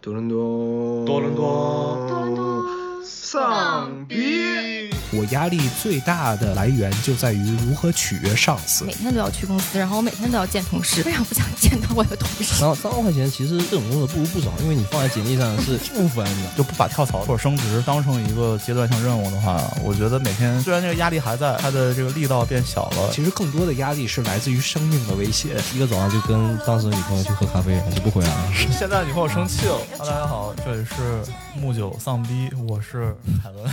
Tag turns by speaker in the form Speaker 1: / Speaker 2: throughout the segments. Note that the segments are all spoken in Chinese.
Speaker 1: 多伦多，
Speaker 2: 多伦多
Speaker 3: 多伦多
Speaker 1: 丧逼。
Speaker 4: 我压力最大的来源就在于如何取悦上司
Speaker 3: 每。天都要去公司，然后我每天都要见同事，非常不想见到我的同 事。
Speaker 5: 然后三万块钱其实这种工作不如不找，因为你放在简历上是不分的。
Speaker 6: 就不把跳槽或者升职当成一个阶段性任务的话，我觉得每天虽然这个压力还在，它的这个力道变小了。
Speaker 4: 其实更多的压力是来自于生命的威胁。
Speaker 5: 一个早上就跟当时的女朋友去喝咖啡，就不回来了。
Speaker 6: 现在女朋友生气了。哈喽大家好，这里是木九丧逼，我是凯文。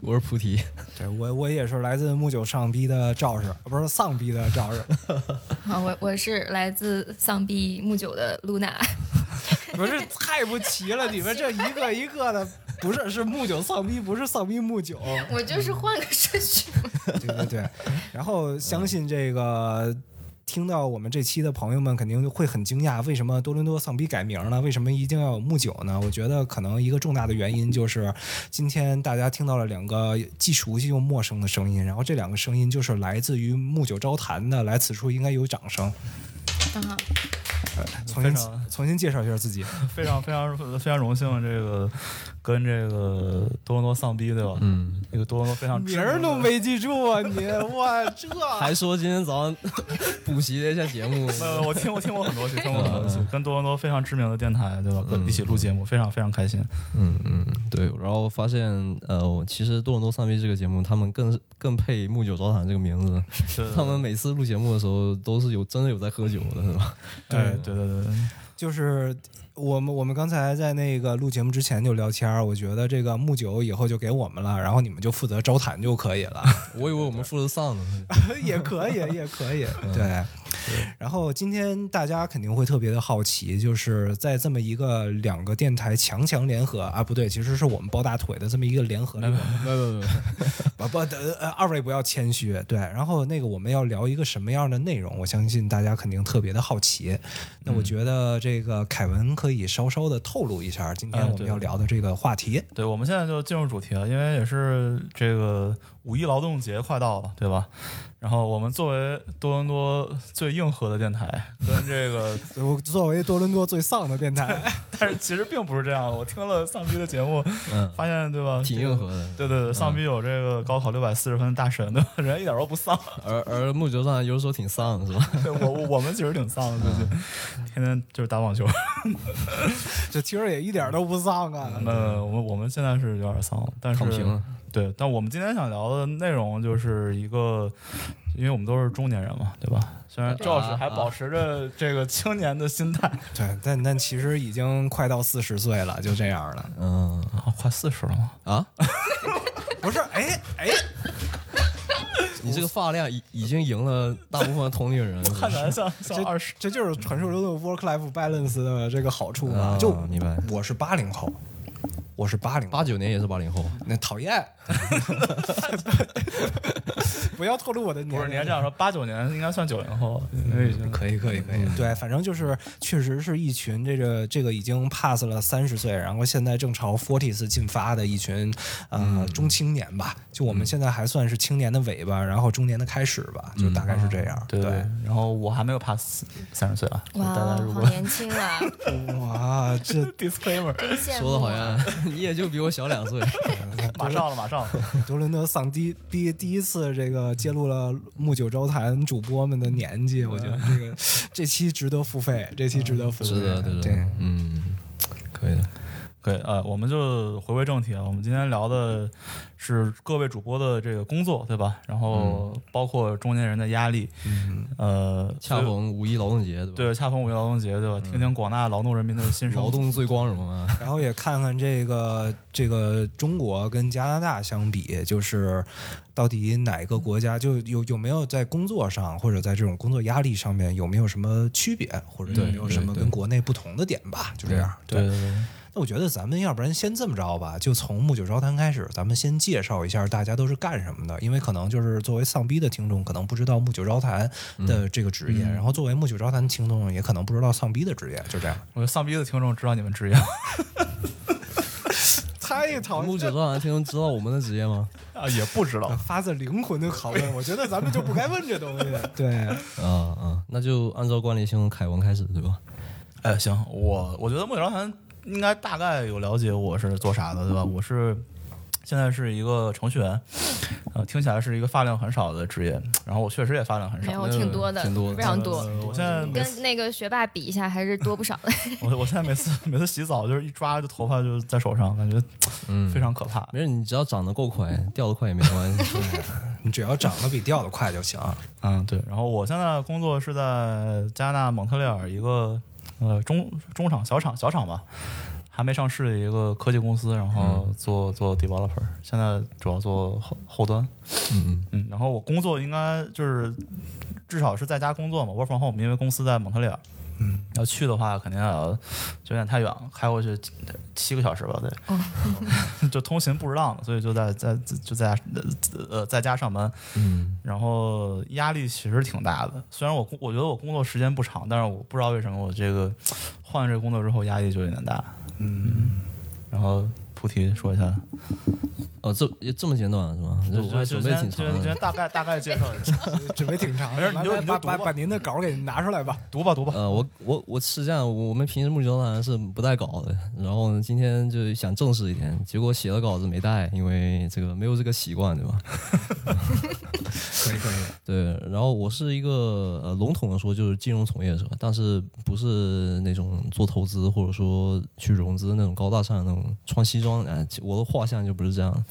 Speaker 5: 我是菩提，
Speaker 4: 对我，我也是来自木九上逼的赵氏，不是丧逼的赵氏，
Speaker 3: 啊，我我是来自丧逼木九的 露娜，
Speaker 4: 不是太不齐了，你们这一个一个的，不是是木九丧逼，不是丧逼木 九。
Speaker 3: 我就是换个顺序。
Speaker 4: 对对 对，然后相信这个。听到我们这期的朋友们肯定会很惊讶，为什么多伦多丧逼改名呢？为什么一定要有木九呢？我觉得可能一个重大的原因就是，今天大家听到了两个既熟悉又陌生的声音，然后这两个声音就是来自于木九招谈的，来此处应该有掌声。
Speaker 3: 啊，
Speaker 4: 重新
Speaker 6: 非常
Speaker 4: 重新介绍一下自己，
Speaker 6: 非常非常非常荣幸，这个跟这个多伦多丧逼对吧？嗯，一个多伦多非常知
Speaker 4: 名
Speaker 6: 名
Speaker 4: 儿
Speaker 6: 的
Speaker 4: 都没记住啊你！哇，这
Speaker 5: 还说今天早上补习了一下节目，
Speaker 6: 没有，我听我听过很多期，听过很多期，跟多伦多非常知名的电台对吧？跟一起录节目，非常非常开心。
Speaker 5: 嗯嗯，对。然后发现，呃，我其实《多伦多丧逼》这个节目，他们更更配“木酒招谈”这个名字。
Speaker 6: 对
Speaker 5: 他们每次录节目的时候，都是有真的有在喝酒的，是吧？
Speaker 6: 对对对对，
Speaker 4: 就是我们我们刚才在那个录节目之前就聊天儿，我觉得这个木九以后就给我们了，然后你们就负责招谈就可以了，
Speaker 5: 我以为我们负责上呢。
Speaker 4: 也可以，也可以，对。然后今天大家肯定会特别的好奇，就是在这么一个两个电台强强联合啊，不对，其实是我们抱大腿的这么一个联合里面，
Speaker 5: 没没
Speaker 4: 不不，呃，呃二位不要谦虚，对。然后那个我们要聊一个什么样的内容，我相信大家肯定特别的好奇。那我觉得这个凯文可以稍稍的透露一下，今天
Speaker 6: 哎
Speaker 4: 我们
Speaker 6: 对
Speaker 4: 要聊的这个话题。
Speaker 6: 对，我们现在就进入主题了，因为也是这个五一劳动节快到了，对吧？然后我们作为多伦多最硬核的电台，跟 这个，
Speaker 4: 我作为多伦多最丧的电台，
Speaker 6: 但是其实并不是这样的。我听了丧逼的节目，
Speaker 5: 嗯，
Speaker 6: 发现对 吧？
Speaker 5: 挺硬核嗯的。
Speaker 6: 对对对，丧逼有这个高考六百四十分大神的，人家一点都不丧。
Speaker 5: 而而木九招谈有时候挺丧，是吧？
Speaker 6: 对我我我们其实挺丧的，
Speaker 5: 嗯
Speaker 6: 最近天天就是打网球。
Speaker 4: 这其实也一点都不丧啊。
Speaker 6: 那我们我们现在是有点丧，但
Speaker 5: 嗯
Speaker 6: 是
Speaker 5: 躺平了。
Speaker 6: 对，但我们今天想聊的内容就是一个，因为我们都是中年人嘛，对吧？虽然啊
Speaker 3: 对
Speaker 6: 赵氏还保持着这个青年的心态，
Speaker 4: 对，但但其实已经快到四十岁了，就这样了。
Speaker 5: 嗯
Speaker 6: 啊，快四十了嘛，
Speaker 5: 啊，
Speaker 4: 不是，哎哎，
Speaker 5: 你这个发量已已经赢了大部分同龄人，
Speaker 6: 看起来 像像二十。
Speaker 4: 这就是传说中的 work-life balance 的这个好处嘛。
Speaker 5: 啊
Speaker 4: 就
Speaker 5: 明白
Speaker 4: 我是八零后，我是八零
Speaker 5: 八九年也是八零后，
Speaker 4: 那讨 厌， 不要透露我的
Speaker 6: 不是，
Speaker 4: 年
Speaker 6: 你
Speaker 4: 龄
Speaker 6: 要这。样说，八九年应该算九零后，因为已经
Speaker 4: 可以，可以，可以。嗯对，反正就是，确实是一群这个这个已经 pass 了三十岁，然后现在正朝 forties 进发的一群呃中青年吧。就我们现在还算是青年的尾巴，然后中年的开始吧，就大概是这样。
Speaker 6: 对对。然后我还没有 pass 三十岁啊，就大
Speaker 3: 哇
Speaker 6: 家如，
Speaker 3: 好
Speaker 6: 果
Speaker 3: 年轻啊，
Speaker 4: 哇，这
Speaker 6: disclaimer，
Speaker 3: 真羡慕。啊
Speaker 5: 说的好像 你也就比我小两岁。
Speaker 6: 马上了，马上了。
Speaker 4: 多伦多丧逼逼第一次这个揭露了木九招谈主播们的年纪，我觉得这个这期值得付费，这期值得付费。
Speaker 5: 是的，对
Speaker 4: 对
Speaker 5: 的，嗯，可以的。
Speaker 6: 可以，呃，我们就回归正题啊。我们今天聊的是各位主播的这个工作，对吧？然后包括中年人的压力，呃，
Speaker 5: 恰
Speaker 6: 所以
Speaker 5: 逢五一劳动节，对吧？
Speaker 6: 对恰逢五一劳动节，对吧？听听广大劳动人民的心声。
Speaker 5: 劳动最光荣啊！
Speaker 4: 然后也看看这个这个中国跟加拿大相比，就是到底哪个国家就有有没有在工作上或者在这种工作压力上面有没有什么区别，或者有没有什么
Speaker 5: 对对
Speaker 4: 跟国内不同的点吧？就这样。
Speaker 6: 对对对，
Speaker 4: 那我觉得咱们要不然先这么着吧，就从木九招谈开始，咱们先介绍一下大家都是干什么的，因为可能就是作为丧逼的听众可能不知道木九招谈
Speaker 5: 嗯
Speaker 4: 的这个职业，然后作为木九招谈的听众也可能不知道丧逼的职业，就这样。
Speaker 6: 我觉得丧逼的听众知道你们职业，
Speaker 4: 太讨
Speaker 5: 木九招谈听众知道我们的职业 吗？
Speaker 6: 啊，也不知 道。
Speaker 4: 发自灵魂的拷问，我觉得咱们就不该问这东西。 对，
Speaker 5: 啊啊，那就按照惯例先从凯文开始，对吧？
Speaker 6: 哎，行，我我觉得木九招谈应该大概有了解我是做啥的，对吧？我是现在是一个程序员，呃，听起来是一个发量很少的职业，然后我确实也发量很少
Speaker 3: 没，有挺多的，
Speaker 5: 挺多的
Speaker 3: 非常多。
Speaker 6: 呃我现在每次
Speaker 3: 跟那个学霸比一下，还是多不少的。
Speaker 6: 我我现在每次 每次洗澡就是一抓就头发就在手上，感觉
Speaker 5: 嗯，
Speaker 6: 非常可怕。
Speaker 5: 没事，你只要长得够快，掉得快也没关 系。
Speaker 4: 你只要长得比掉的快就行。啊
Speaker 6: 嗯，对。然后我现在工作是在加拿大蒙特利尔一个呃中中厂小厂小厂吧，还没上市的一个科技公司，然后
Speaker 5: 嗯
Speaker 6: 做做 developer，现在主要做后后端。
Speaker 5: 嗯
Speaker 6: 嗯，然后我工作应该就是至少是在家工作嘛，work from home，因为公司在蒙特利尔。
Speaker 4: 嗯，
Speaker 6: 要去的话肯定要就有点太远了，开过去七七个小时吧，对， 就通勤不值当的，所以就在在就在呃在家上班，
Speaker 5: 嗯
Speaker 6: 然后压力其实挺大的。虽然我工我觉得我工作时间不长，但是我不知道为什么我这个换了这个工作之后压力就有点大。
Speaker 4: 嗯，
Speaker 6: 然后菩提说一下，
Speaker 5: 嗯，哦，这这么简短是吗？我还
Speaker 6: 就
Speaker 5: 准
Speaker 6: 就
Speaker 5: 备
Speaker 6: 先
Speaker 5: 挺
Speaker 6: 就
Speaker 5: 长
Speaker 6: 先
Speaker 5: 的。
Speaker 6: 大概大概介绍 一下，
Speaker 4: 准备挺长
Speaker 6: 没
Speaker 4: 的，
Speaker 6: 事你
Speaker 4: 来
Speaker 6: 就
Speaker 4: 来
Speaker 6: 你就
Speaker 4: 把
Speaker 6: 读
Speaker 4: 把
Speaker 6: 吧
Speaker 4: 把您的稿给拿出来吧。
Speaker 6: 读吧读吧。
Speaker 5: 呃，我我我是这样，我们平时木球当然是不带稿的，然后呢，今天就想正式一点，结果写了稿子没带，因为这个没有这个习惯，对吧？
Speaker 4: 可以可以，
Speaker 5: 对，然后我是一个呃，笼统的说就是金融从业者，但是不是那种做投资或者说去融资那种高大上的那种穿西装，哎，我的画像就不是这样。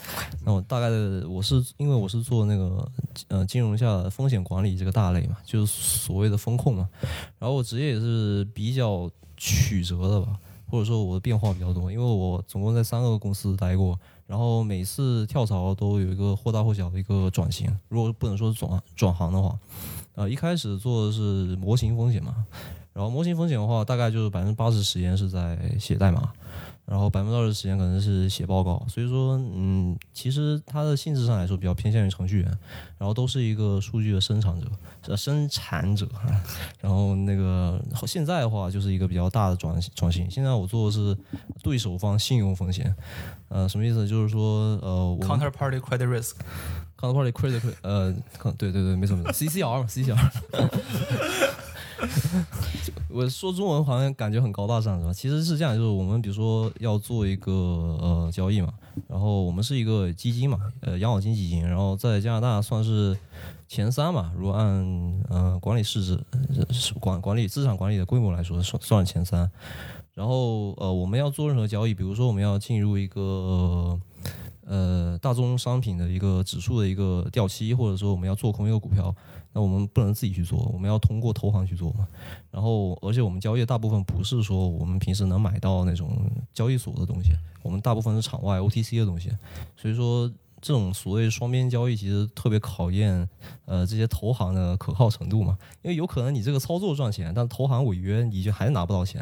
Speaker 5: 那我大概的我是因为我是做那个呃金融下的风险管理这个大类嘛，就是所谓的风控嘛。然后我职业也是比较曲折的吧，或者说我的变化比较多，因为我总共在三个公司待过，然后每次跳槽都有一个或大或小的一个转型。如果不能说是转转行的话，呃，一开始做的是模型风险嘛，然后模型风险的话，大概就是百分之八十时间是在写代码，然后百分之二十时间可能是写报告。所以说，嗯，其实它的性质上来说比较偏向于程序员，然后都是一个数据的生产者，呃，生产者。啊然后那个现在的话，就是一个比较大的转转型。现在我做的是对手方信用风险，呃，什么意思？就是说，呃，我们
Speaker 6: Counterparty credit risk，
Speaker 5: counterparty credit cre- 呃，抗对对对，没错没错，CCR 嘛，CCR。我说中文好像感觉很高大上是吧？其实是这样，就是我们比如说要做一个呃交易嘛，然后我们是一个基金嘛，呃养老金基金，然后在加拿大算是前三嘛，如果按呃管理市值、呃是管管理资产管理的规模来说，算算是前三。然后呃我们要做任何交易，比如说我们要进入一个、呃呃大宗商品的一个指数的一个掉期，或者说我们要做空一个股票，那我们不能自己去做，我们要通过投行去做嘛。然后，而且我们交易的大部分不是说我们平时能买到那种交易所的东西，我们大部分是场外 OTC 的东西，所以说。这种所谓双边交易，其实特别考验，呃，这些投行的可靠程度嘛。因为有可能你这个操作赚钱，但投行违约，你就还是拿不到钱。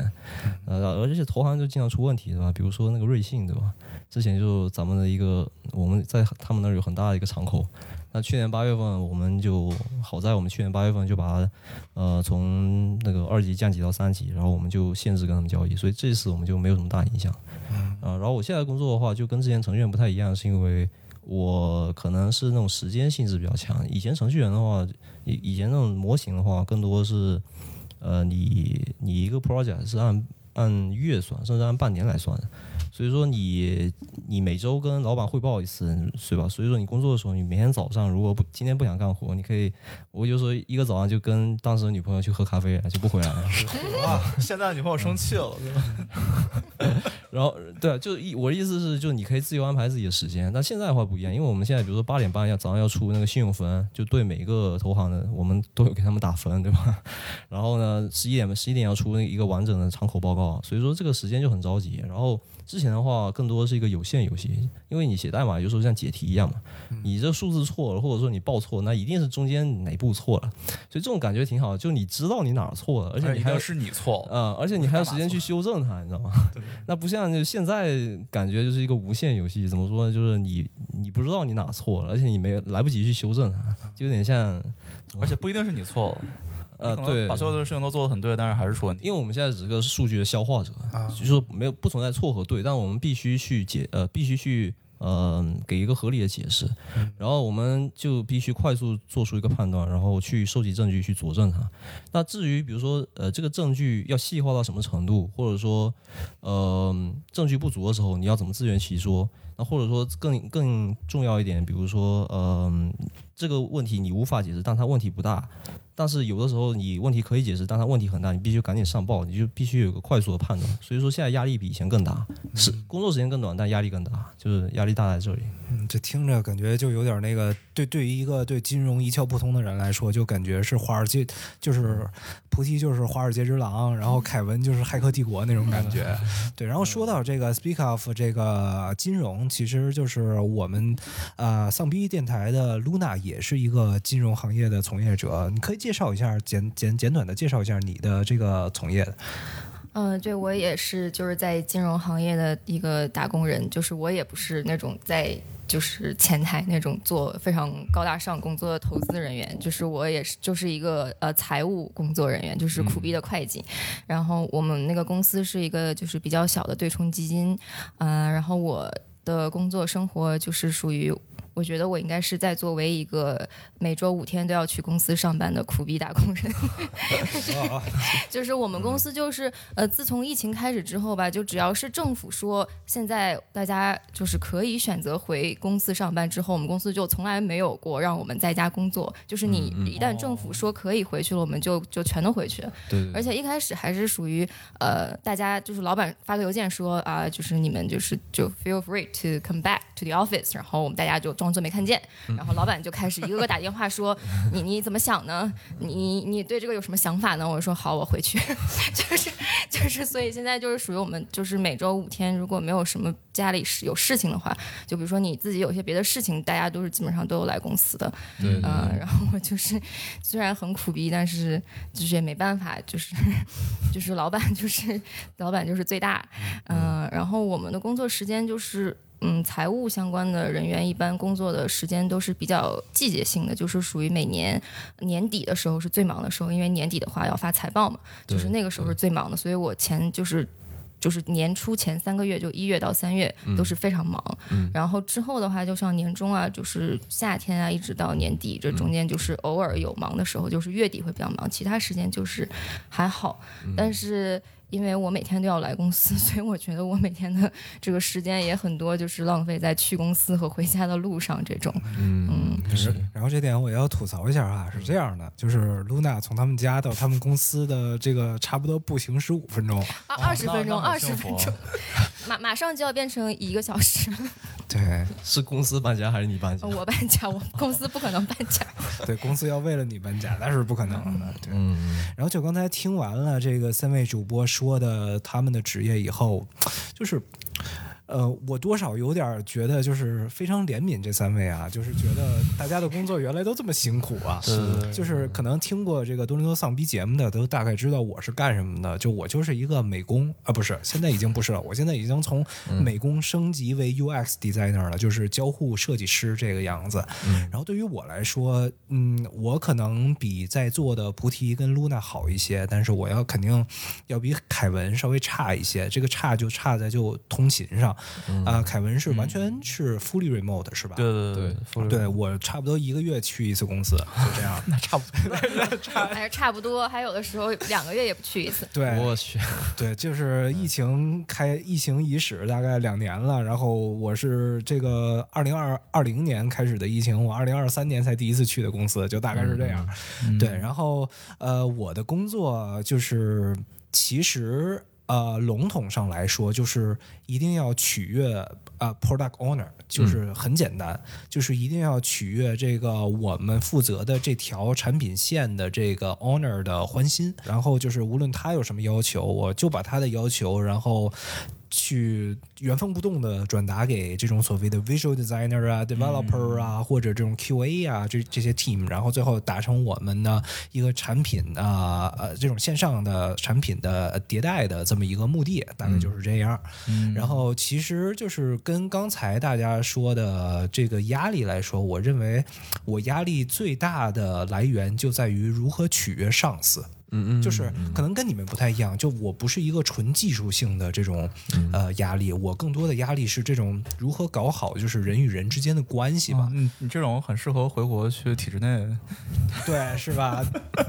Speaker 5: 呃，而且投行就经常出问题，对吧？比如说那个瑞信，对吧？之前就咱们的一个，我们在他们那儿有很大的一个敞口。那去年八月份，我们就好在我们去年八月份就把它，呃，从那个二级降级到三级，然后我们就限制跟他们交易，所以这次我们就没有什么大影响。啊，然后我现在工作的话，就跟之前程序员不太一样，是因为我可能是那种时间性质比较强。以前程序员的话，以以前那种模型的话，更多是，呃，你你一个 project 是按按月算，甚至按半年来算的。所以说你你每周跟老板汇报一次，是吧？所以说你工作的时候，你每天早上如果不今天不想干活，你可以，我就说一个早上就跟当时的女朋友去喝咖啡了，就不回来了。
Speaker 6: 哇，现在女朋友生气了，对吧？
Speaker 5: 然后对啊，就意我的意思是，就你可以自由安排自己的时间。但现在的话不一样，因为我们现在比如说八点半要早上要出那个信用分，就对每个投行的我们都有给他们打分，对吧？ 然后呢，十一点十一点要出那一个完整的敞口报告，所以说这个时间就很着急。然后之前的话更多是一个有限游戏，因为你写代码有时候像解题一样嘛，你这数字错了，或者说你报错，那一定是中间哪步错了，所以这种感觉挺好，就你知道你哪儿错了，而且你
Speaker 6: 一
Speaker 5: 还有
Speaker 6: 定是你错了。
Speaker 5: 嗯，而且你还有时间去修正它，你知道 吗？ 那不像就现在感觉就是一个无限游戏，怎么说呢？就是你你不知道你哪错了，而且你没来不及去修正它，就有点像
Speaker 6: 而且不一定是你错了，
Speaker 5: 呃
Speaker 6: 你可能
Speaker 5: 对
Speaker 6: 把，所有的事情都做得很对，但是还是出问题。
Speaker 5: 因为我们现在只是个数据的消化者，
Speaker 4: 啊
Speaker 5: 就是说没有不存在错和对，但我们必须去解呃必须去呃给一个合理的解释，然后我们就必须快速做出一个判断，然后去收集证据去佐证它。那至于比如说呃这个证据要细化到什么程度，或者说呃证据不足的时候，你要怎么自圆其说？那或者说更更重要一点，比如说呃这个问题你无法解释，但它问题不大。但是有的时候你问题可以解释，但它问题很大，你必须赶紧上报，你就必须有个快速的判断。所以说现在压力比以前更大，是工作时间更短，但压力更大，就是压力大在这里。
Speaker 4: 嗯，这听着感觉就有点那个，对对于一个对金融一窍不通的人来说，就感觉是华尔街，就是菩提就是华尔街之狼，然后凯文就是骇客帝国那种感觉。对，然后说到这个 Speak of 这个金融，其实就是我们啊丧逼电台的 Luna 也是一个金融行业的从业者，你可以介绍一下，简简简短的介绍一下你的这个从业。
Speaker 3: 嗯，对我也是，就是在金融行业的一个打工人，就是我也不是那种在就是前台那种做非常高大上工作的投资人员，就是我也是就是一个呃财务工作人员，就是苦逼的会计。然后我们那个公司是一个就是比较小的对冲基金，嗯、然后我的工作生活就是属于。我觉得我应该是在作为一个每周五天都要去公司上班的苦逼打工人， 就是我们公司就是呃，自从疫情开始之后吧，就只要是政府说现在大家就是可以选择回公司上班之后，我们公司就从来没有过让我们在家工作。就是你
Speaker 5: 嗯
Speaker 3: 一旦政府说可以回去了，我们就就全都回去。
Speaker 5: 对
Speaker 3: 而且一开始还是属于呃，大家就是老板发个邮件说啊、就是你们就是就 feel free to come back to the office，然后我们大家就装作没看见，
Speaker 5: 嗯
Speaker 3: 然后老板就开始一个个打电话说 你你怎么想呢？你你你对这个有什么想法呢？我说好，我回去， 就是就是，所以现在就是属于我们就是每周五天，如果没有什么家里是有事情的话，就比如说你自己有些别的事情，大家都是基本上都有来公司的，
Speaker 5: 对
Speaker 3: 嗯，然后我就是虽然很苦逼，但是就是也没办法，就是就是老板就是老板就是最大，嗯、然后我们的工作时间就是。嗯，财务相关的人员一般工作的时间都是比较季节性的，就是属于每年年底的时候是最忙的时候，因为年底的话要发财报嘛，
Speaker 5: 对
Speaker 3: 就是那个时候是最忙的，所以我前就是就是年初前三个月，就一月到三月都是非常忙，然后之后的话，就像年终啊，就是夏天啊，一直到年底，这中间就是偶尔有忙的时候，就是月底会比较忙，其他时间就是还好。但是因为我每天都要来公司， 所以我觉得我每天的这个时间也很多，就是浪费在去公司和回家的路上这种。嗯，
Speaker 4: 是，然后这点我也要吐槽一下啊，是这样的，就是露娜从他们家到他们公司的这个差不多步行十五分钟，
Speaker 3: 二二十分钟，
Speaker 6: 哦那那
Speaker 3: 二
Speaker 6: 很
Speaker 3: 十
Speaker 6: 幸
Speaker 3: 分
Speaker 6: 福啊
Speaker 3: 钟，马马上就要变成一个小时了。
Speaker 4: 对
Speaker 5: 是公司搬家还是你搬家？
Speaker 3: 我搬家，我公司不可能搬 家。
Speaker 4: 对，公司要为了你搬家那是不可能的，对。
Speaker 5: 嗯，
Speaker 4: 然后就刚才听完了这个三位主播说的他们的职业以后，就是。呃，我多少有点儿觉得就是非常怜悯这三位啊，就是觉得大家的工作原来都这么辛苦啊，
Speaker 6: 是
Speaker 4: 就是可能听过这个多伦多丧逼节目的都大概知道我是干什么的，就我就是一个美工啊，不是，现在已经不是了，我现在已经从
Speaker 5: 嗯
Speaker 4: 美工升级为 UX designer 了，就是交互设计师这个样子。
Speaker 6: 嗯
Speaker 4: 然后对于我来说，嗯，我可能比在座的菩提跟 Luna 好一些，但是我要肯定要比凯文稍微差一些。这个差就差在就通勤上，啊、凯文是完全是 fully remote 是吧？
Speaker 6: 嗯
Speaker 4: 啊
Speaker 6: 对对对
Speaker 4: 对，我差不多一个月去一次公司，就这 样。
Speaker 3: 哎，差不多，还有的时候两个月也不去 一次。
Speaker 4: 对，
Speaker 5: 我去，
Speaker 4: 对，就是疫情开疫情伊始大概两年了，然后我是这个二零二二零年开始的疫情，我二零二三年才第一次去的公司，就大概是这样。对，然后呃，我的工作就是其实。呃，笼统上来说，就是一定要取悦呃 product owner，就是很简单，就是一定要取悦这个我们负责的这条产品线的这个 owner 的欢心。然后就是无论他有什么要求，我就把他的要求，然后。去原封不动的转达给这种所谓的 visual designer 啊、developer 啊，或者这种 QA 啊这这些 team，然后最后达成我们的一个产品啊呃这种线上的产品的迭代的这么一个目的，大概就是这样。然
Speaker 5: 嗯
Speaker 4: 后其实就是跟刚才大家说的这个压力来说，我认为我压力最大的来源就在于如何取悦上司。
Speaker 5: 嗯嗯，
Speaker 4: 就是可能跟你们不太一样，就我不是一个纯技术性的这种
Speaker 5: 嗯
Speaker 4: 呃压力，我更多的压力是这种如何搞好就是人与人之间的关系吧，
Speaker 6: 嗯，你这种很适合回国去体制内，
Speaker 4: 对，是吧？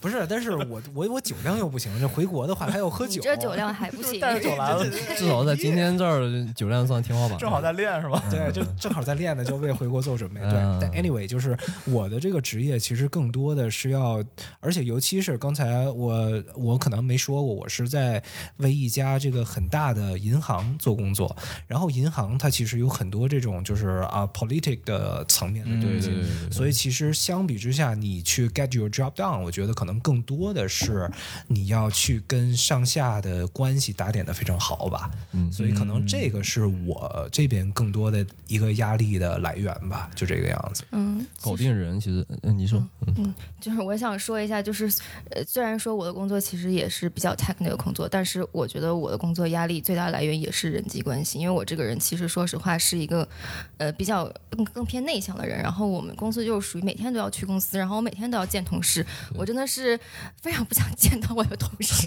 Speaker 4: 不是，但是我我我酒量又不行，这回国的话还要喝
Speaker 3: 你
Speaker 4: 酒，
Speaker 3: 这酒
Speaker 6: 啊
Speaker 3: 量还 不行，
Speaker 6: 带 着酒来了，
Speaker 5: 至少在今天这儿酒量算天花板，
Speaker 6: 正好在练是吧？
Speaker 4: 对，就正好在练的，就为回国做准备。对
Speaker 5: 嗯，
Speaker 4: 但 anyway，就是我的这个职业其实更多的是要，而且尤其是刚才我我可能没说过，我是在为一家这个很大的银行做工作，然后银行它其实有很多这种就是啊 politic 的层面的
Speaker 5: 嗯对对
Speaker 4: 东西，
Speaker 5: 对对，
Speaker 4: 所以其实相比之下，你去 get your job done，我觉得可能更多的是你要去跟上下的关系打点的非常好吧。
Speaker 5: 嗯
Speaker 4: 所以可能这个是我这边更多的一个压力的来源吧，就这个样子。
Speaker 3: 嗯，
Speaker 5: 搞定人其实，嗯，你说，
Speaker 3: 就是我想说一下，就是呃，虽然说我的工作其实也是比较 technical 的工作，但是我觉得我的工作压力最大来源也是人际关系，因为我这个人其实说实话是一个呃比较更更偏内向的人。然后我们公司就是属于每天都要去公司，然后我每天都要见同事，我真的是非常不想 见到我的同 事。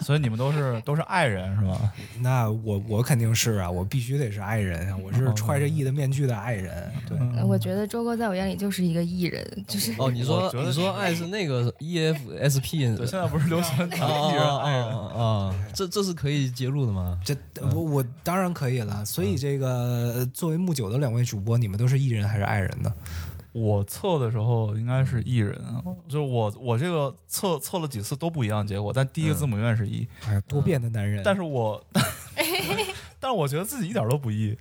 Speaker 6: 所以你们都是都是爱人是吧？
Speaker 4: 那我我肯定是啊，我必须得是爱人啊，我是揣着 E 的面具的爱人。对，
Speaker 3: 我觉得周哥在我眼里就是一个艺人，就是
Speaker 5: 哦，你
Speaker 6: 我
Speaker 5: 说
Speaker 6: 觉得
Speaker 5: 你说爱是那个 E F S P，
Speaker 6: 对，现在不是流行
Speaker 5: 啊
Speaker 6: 艺人
Speaker 5: 啊
Speaker 6: 爱人，
Speaker 5: 啊啊！这这是可以揭露的吗？
Speaker 4: 这我我当然可以了。所以这个呃作为木九的两位主播，你们都是艺人还是爱人呢？
Speaker 6: 我测的时候应该是艺人，啊就是我我这个测测了几次都不一样结果，但第一个字母永远是 E，
Speaker 4: 哎呀，多变的男人。
Speaker 6: 但是 我，但是我觉得自己一点都不 E，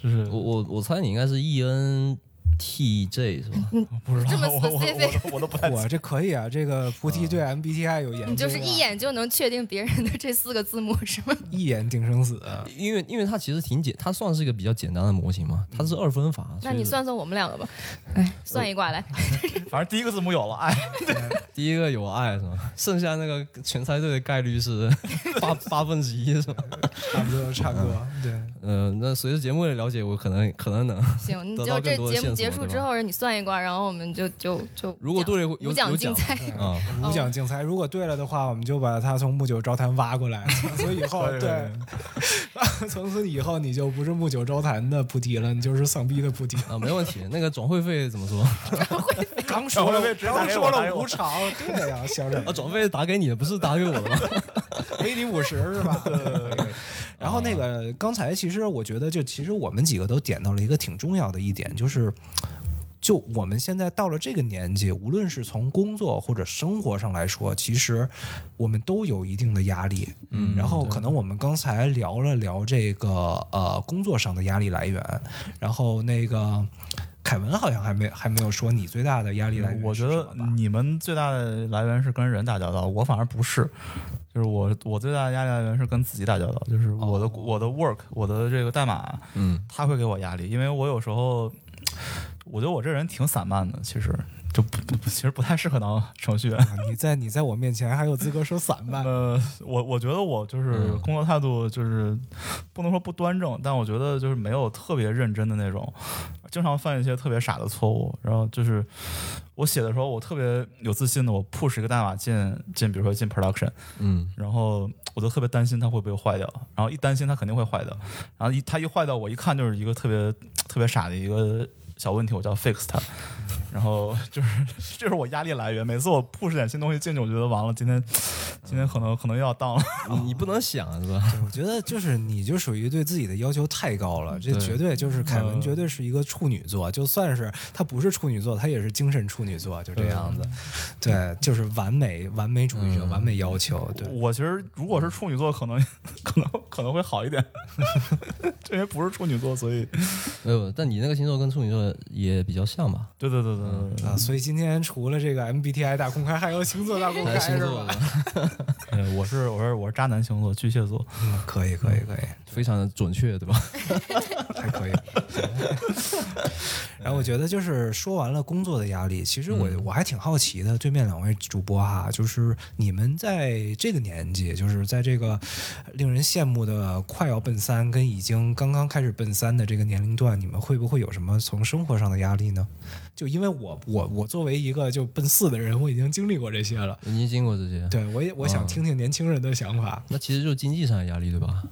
Speaker 6: 就是
Speaker 5: 我我我猜你应该是 E N T J 是吧？
Speaker 6: 不知道
Speaker 3: 这么
Speaker 6: 我我我
Speaker 3: specific
Speaker 6: 都我都不太
Speaker 4: 我这可以啊，这个菩提对 MBTI 有研究、啊，
Speaker 3: 你就是一眼就能确定别人的这四个字母是 吗？
Speaker 4: 一眼定生死。啊
Speaker 5: 因为因为它其实挺简，它算是一个比较简单的模型嘛，它是二分法。
Speaker 3: 那你
Speaker 5: 所以
Speaker 3: 算算我们两个吧，哎，算一卦来。
Speaker 6: 反正第一个字母有了，哎，
Speaker 5: 第一个有爱是吧？剩下那个全猜对的概率是 八八分之一是吧？
Speaker 4: 差不多，差不多，对。
Speaker 5: 呃，那随着节目的了解，我可能可能能。
Speaker 3: 行，你
Speaker 5: 得
Speaker 3: 就
Speaker 5: 到
Speaker 3: 这
Speaker 5: 更多的
Speaker 3: 节
Speaker 5: 线
Speaker 3: 目
Speaker 5: 索
Speaker 3: 结束
Speaker 5: 对
Speaker 3: 之
Speaker 5: 吧
Speaker 3: 后，你算一卦，然后我们就就就
Speaker 5: 如果
Speaker 3: 奖
Speaker 5: 对了有
Speaker 3: 无奖
Speaker 5: 有
Speaker 3: 竞
Speaker 5: 奖
Speaker 3: 猜，
Speaker 5: 啊，
Speaker 4: 五奖竞猜，如果对了的话，我们就把他从木九招谈挖过 来。所以以后对， 从此以后你就不是木九招谈的菩提了，你就是丧逼的菩提。
Speaker 5: 啊，没问题。那个转会费怎么说？
Speaker 4: 刚说
Speaker 6: 然后
Speaker 4: 了，
Speaker 6: 被直接打
Speaker 4: 刚
Speaker 6: 给
Speaker 4: 说
Speaker 6: 我打给
Speaker 4: 了
Speaker 6: 我
Speaker 4: 无偿，对呀、小沈
Speaker 5: 啊，转会费打给你的，不是打给我的吗？
Speaker 4: 给你五十是 吧？然后那个刚才其实我觉得，就其实我们几个都点到了一个挺重要的一点，就是。就我们现在到了这个年纪，无论是从工作或者生活上来说，其实我们都有一定的压力。嗯，然后可能我们刚才聊了聊这个呃工作上的压力来源，然后那个凯文好像还没还没有说你最大的压力来源
Speaker 6: 嗯我
Speaker 4: 是
Speaker 6: 觉
Speaker 4: 什么吧。
Speaker 6: 得你们最大的来源是跟人打交道，我反而不是。就是我，我最大的压力来源是跟自己打交道，就是
Speaker 4: 哦
Speaker 6: 我的、我的 work，我的这个代码，
Speaker 5: 嗯，
Speaker 6: 他会给我压力，因为我有时候，我觉得我这人挺散漫的，其实就不不其实不太适合当程序员。
Speaker 4: 你在你在我面前还有资格说散漫？
Speaker 6: 呃，我我觉得我就是工作态度就是 不能说不端正，但我觉得就是没有特别认真的那种，经常犯一些特别傻的错误。然后就是我写的时候，我特别有自信的，我 push 一个代码进进，比如说进 production，
Speaker 5: 嗯，
Speaker 6: 然后我就特别担心它会不会坏掉，然后一担心它肯定会坏掉，然后一它一坏掉，我一看就是一个特别特别傻的一个小问题，我就要 fix 它。然后就是这是我 压力来源，每次我 push 点新东西进去，我觉得完了，今天今天可能可能又要当了。
Speaker 5: 你你不能想啊是吧？
Speaker 4: 我觉得就是你就属于对自己的要求太高了，这
Speaker 5: 嗯对
Speaker 4: 绝对就是凯文
Speaker 6: 嗯
Speaker 4: 绝对是一个处女座，就算是他不是处女座，他也是精神处女座，就这样子。对，就是完美完美主
Speaker 5: 嗯
Speaker 4: 义者，完美要求。对，
Speaker 6: 我其实如果是处女座，可能 可能可能会好一点， 这因为不是处女座，所以
Speaker 5: 没有，但你那个星座跟处女座也比较像吧？
Speaker 6: 对对对对对
Speaker 4: 啊，所以今天除了这个 MBTI 大公开，还有星座大公
Speaker 5: 还
Speaker 4: 开
Speaker 5: 有星
Speaker 4: 是
Speaker 5: 座
Speaker 4: 吧？
Speaker 5: 的，
Speaker 6: 对，哎我是我是我是渣男星座，巨蟹座，
Speaker 4: 嗯，可以可以可以，
Speaker 5: 非常的准确， 对吧？
Speaker 4: 还可以。 然后我觉得就是说完了工作的压力，其实我、我还挺好奇的，对面两位主播哈，就是你们在这个年纪，就是在这个令人羡慕的快要奔三跟已经刚刚开始奔三的这个年龄段，你们会不会有什么从生活上的压力呢？就因为我我我作为一个就奔四的人，我已经经历过这些了。
Speaker 5: 你经过这些，
Speaker 4: 对我也我想听听年轻人的想法。
Speaker 5: 那其实就是经济上的压力，对吧？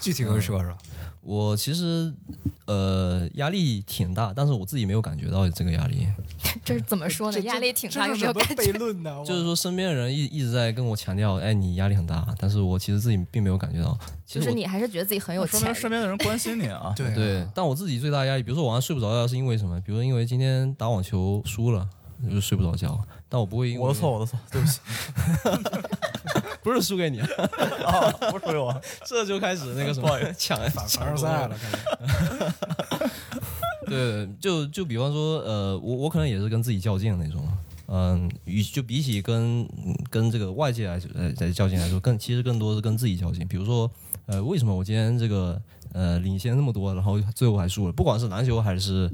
Speaker 4: 具体跟我说说。
Speaker 3: 嗯
Speaker 5: 我其实呃压力挺大，但是我自己没有感觉到这个压力，
Speaker 3: 这是怎么说呢？压力挺大，有没有感
Speaker 4: 悖
Speaker 3: 觉？
Speaker 4: 论呢？我。
Speaker 5: 就是说身边人一一直在跟我强调，哎，你压力很大，但是我其实自己并没有感觉到。其
Speaker 3: 就
Speaker 5: 实
Speaker 3: 是
Speaker 5: 我
Speaker 3: 你还是觉得自己很有
Speaker 6: 说
Speaker 3: 钱
Speaker 6: 明身边的人关心你 啊
Speaker 4: 对啊
Speaker 5: 对，但我自己最大的压力，比如说我晚上睡不着觉，是因为什么？比如因为今天打网球输了，就是睡不着觉。但我不会因为
Speaker 6: 我的错，，我的错，对不起，
Speaker 5: 不是输给你，
Speaker 6: 啊，不是我，
Speaker 5: 这就开始那个什么
Speaker 6: 不好意思
Speaker 5: 抢
Speaker 4: 凡尔
Speaker 5: 抢
Speaker 4: 赛了，感觉。
Speaker 5: 对，就就比方说，呃，我我可能也是跟自己较劲的那种，嗯，与就比起跟跟这个外界来呃来较劲来说，更其实更多是跟自己较劲。比如说，呃，为什么我今天这个呃领先那么多，然后最后还输了？不管是篮球还是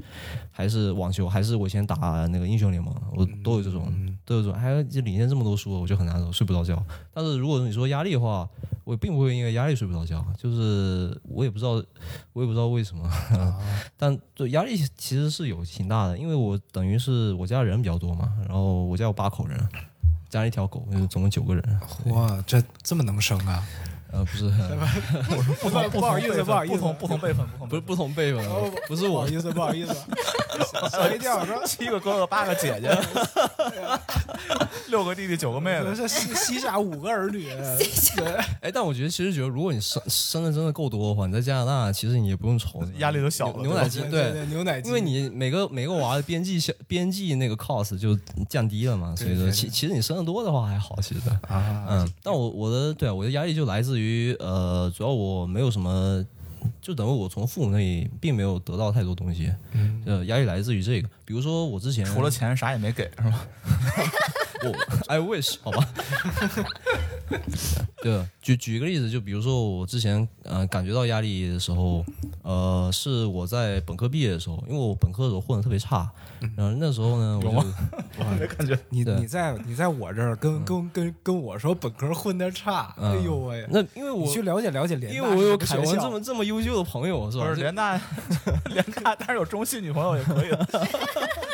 Speaker 5: 还是网球，还是我以前打那个英雄联盟，我都有这种、都有这种，还有就领先这么多输了，我就很难受，睡不着觉。但是如果你说压力的话，我并不会因为压力睡不着觉，就是我也不知道，我也不知道为什么。但对压力其实是有挺大的，因为我等于是我家人比较多嘛，然后我家有八口人，加一条狗，就是总共九个人。
Speaker 4: 哇，这这么能生啊！
Speaker 5: 呃，不是很，
Speaker 6: 不同
Speaker 4: 不好意思
Speaker 6: 同辈分
Speaker 4: 不好意思
Speaker 6: 不同不同辈分，不
Speaker 5: 不
Speaker 6: 同辈
Speaker 5: 是
Speaker 6: 分
Speaker 5: 不同辈分，啊不是
Speaker 4: 不
Speaker 5: 我
Speaker 4: 好，意思，不 好意思，吓一跳，说
Speaker 6: 七个哥哥，八个姐姐， 六个弟弟，九个妹
Speaker 4: 可
Speaker 6: 妹，
Speaker 4: 是西西夏五个儿 女，
Speaker 5: 哎，但我觉得其实觉得，如果你生生的真的够多的话，你在加拿大其实你也不用愁，
Speaker 6: 压力都小了
Speaker 5: 牛牛奶金
Speaker 4: 对
Speaker 5: 对。
Speaker 4: 对，牛奶鸡，
Speaker 5: 因为你每个每个娃的边际效边际那个 cost 就降低了嘛，所以
Speaker 4: 对
Speaker 5: 说
Speaker 4: 对
Speaker 5: 其其实你生的多的话还好，其实。
Speaker 4: 啊，
Speaker 5: 嗯，但我我的对啊，我的压力就来自于呃，主要我没有什么，就等于我从父母那里并没有得到太多东西，
Speaker 4: 嗯
Speaker 5: 呃，压力来自于这个，比如说我之前
Speaker 6: 除了钱啥也没给，是吧？
Speaker 5: 我 I wish 好吧， 对，啊举举一个例子，就比如说我之前呃感觉到压力的时候，呃，是我在本科毕业的时候，因为我本科的时候混的特别差，然后那时候呢，我
Speaker 6: 嗯有
Speaker 5: 就
Speaker 6: 吗没感觉
Speaker 4: 你
Speaker 5: 对
Speaker 4: 你在你在我这儿跟跟跟跟我说本科混的差，
Speaker 5: 嗯
Speaker 4: 哎呦喂，
Speaker 5: 那因为我
Speaker 4: 你去了解了解联
Speaker 5: 因
Speaker 4: 大
Speaker 5: 为我有
Speaker 4: 是
Speaker 5: 凯
Speaker 4: 什么
Speaker 5: 文
Speaker 4: 学校
Speaker 5: 这 么这么优秀的朋友是
Speaker 6: 不
Speaker 5: 吧？
Speaker 6: 是
Speaker 5: 就
Speaker 6: 联大，联大，但是有中戏女朋友也可以 的。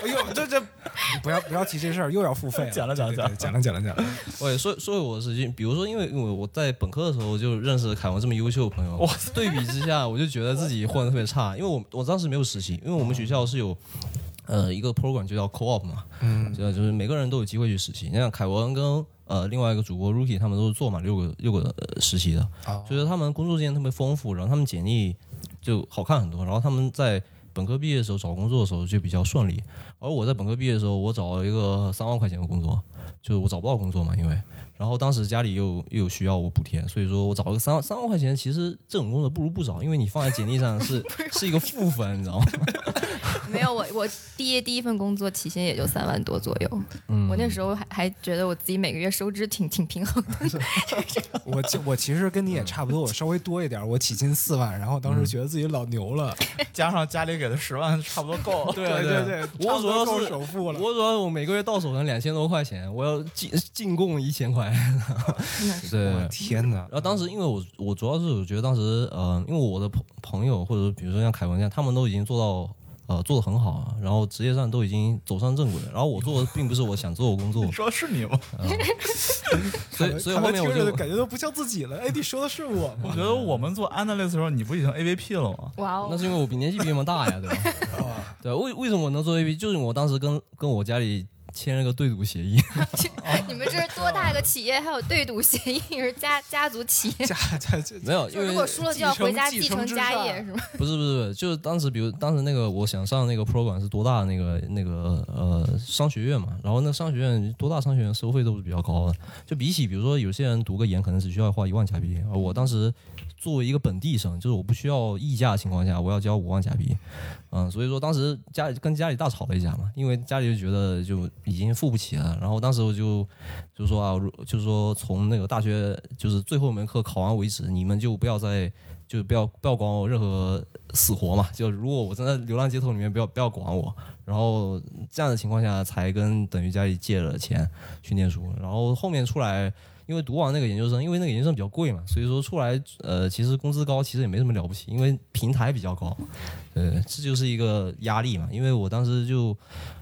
Speaker 4: 哎呦这 这不要不要提这事儿，又要付费了，
Speaker 6: 讲了讲了
Speaker 4: 对对对讲了讲了讲了，
Speaker 5: 喂，说说回我的事情，比如说，因为我我在本科的时候就认识了凯文这么优秀的朋友，哇，对比之下，我就觉得自己混的特别差，因为我我当时没有实习，因为我们学校是有。呃，一个 program 就叫 co-op 嘛，嗯，就是每个人都有机会去实习。你像凯文跟呃另外一个主播 Rookie 他们都是做满六个六个、呃、实习的，
Speaker 4: 哦
Speaker 5: 所以说他们工作经验特别丰富，然后他们简历就好看很多，然后他们在本科毕业的时候找工作的时候就比较顺利，而我在本科毕业的时候，我找了一个三万块钱的工作，就是我找不到工作嘛，因为然后当时家里又又有需要我补贴，所以说我找了个三万三万块钱，其实这种工作不如不找，因为你放在简历上 是
Speaker 4: 啊
Speaker 5: 是一个负分，你知道吗？
Speaker 3: 没有我，我毕业第一份工作起薪也就三万多左 右。
Speaker 5: 嗯
Speaker 3: 我那时候还还觉得我自己每个月收支挺挺平衡 的。
Speaker 4: 我其我其实跟
Speaker 5: 嗯
Speaker 4: 你也差不多，我稍微多一点，我起薪四万，然后当时觉得自己老牛了，
Speaker 6: 加上家里给的十万，差不多够了。
Speaker 5: 对
Speaker 4: 对对，
Speaker 5: 我主要
Speaker 4: 差不多够
Speaker 5: 是
Speaker 4: 首付了，
Speaker 5: 我主要我每个月到手能两千多块钱，我要进进贡一千块，
Speaker 4: 哦
Speaker 5: 对。
Speaker 4: 我天哪
Speaker 5: 然！后当时因为我我主要是我觉得当时呃，因为我的朋朋友或者比如说像凯文这样，他们都已经做到。呃，做的很好啊，然后职业上都已经走上正轨了。然后我做的并不是我想做的工作
Speaker 6: 你， 说的是你吗？
Speaker 5: 所以所以
Speaker 4: 看
Speaker 5: 后
Speaker 4: 来
Speaker 5: 面我
Speaker 4: 听着
Speaker 5: 就
Speaker 4: 感觉都不像自己了。哎，你说的是我
Speaker 6: 我
Speaker 4: 吗？
Speaker 6: 觉得我们做 analyst 的时候，你不已经 AVP 了吗？
Speaker 3: 哇
Speaker 5: 那
Speaker 3: 哦，
Speaker 5: 是因为我比年纪比你们大呀，对吧？对，为为什么我能做 A B？就是我当时跟跟我家里签了个对赌协议，啊
Speaker 3: 你们这是多大个企业？还有对赌协议，是家家族企 业。
Speaker 4: 家家这
Speaker 5: 没有，因
Speaker 3: 就
Speaker 5: 为
Speaker 3: 如果输了就要回家继承家业 是吗？
Speaker 5: 不是不是不是，就是当时比如当时那个我想上那个 program 是多大的那个那个呃商学院嘛，然后那商学院多大商学院收费都是比较高的，就比起比如说有些人读个研可能只需要花一万加币，而我当时作为一个本地生，就是我不需要溢价的情况下，我要交五万假币，嗯，所以说当时家里跟家里大吵了一架嘛，因为家里就觉得就已经付不起了，然后当时我就就说啊，如就是说从那个大学就是最后一门课考完为止，你们就不要再。就不要不要管我任何死活嘛！就如果我真的流浪街头里面，不要不要管我。然后这样的情况下，才跟等于家里借了钱去念书。然后后面出来，因为读完那个研究生，因为那个研究生比较贵嘛，所以说出来呃，其实工资高，其实也没什么了不起，因为平台比较高。呃，这就是一个压力嘛。因为我当时就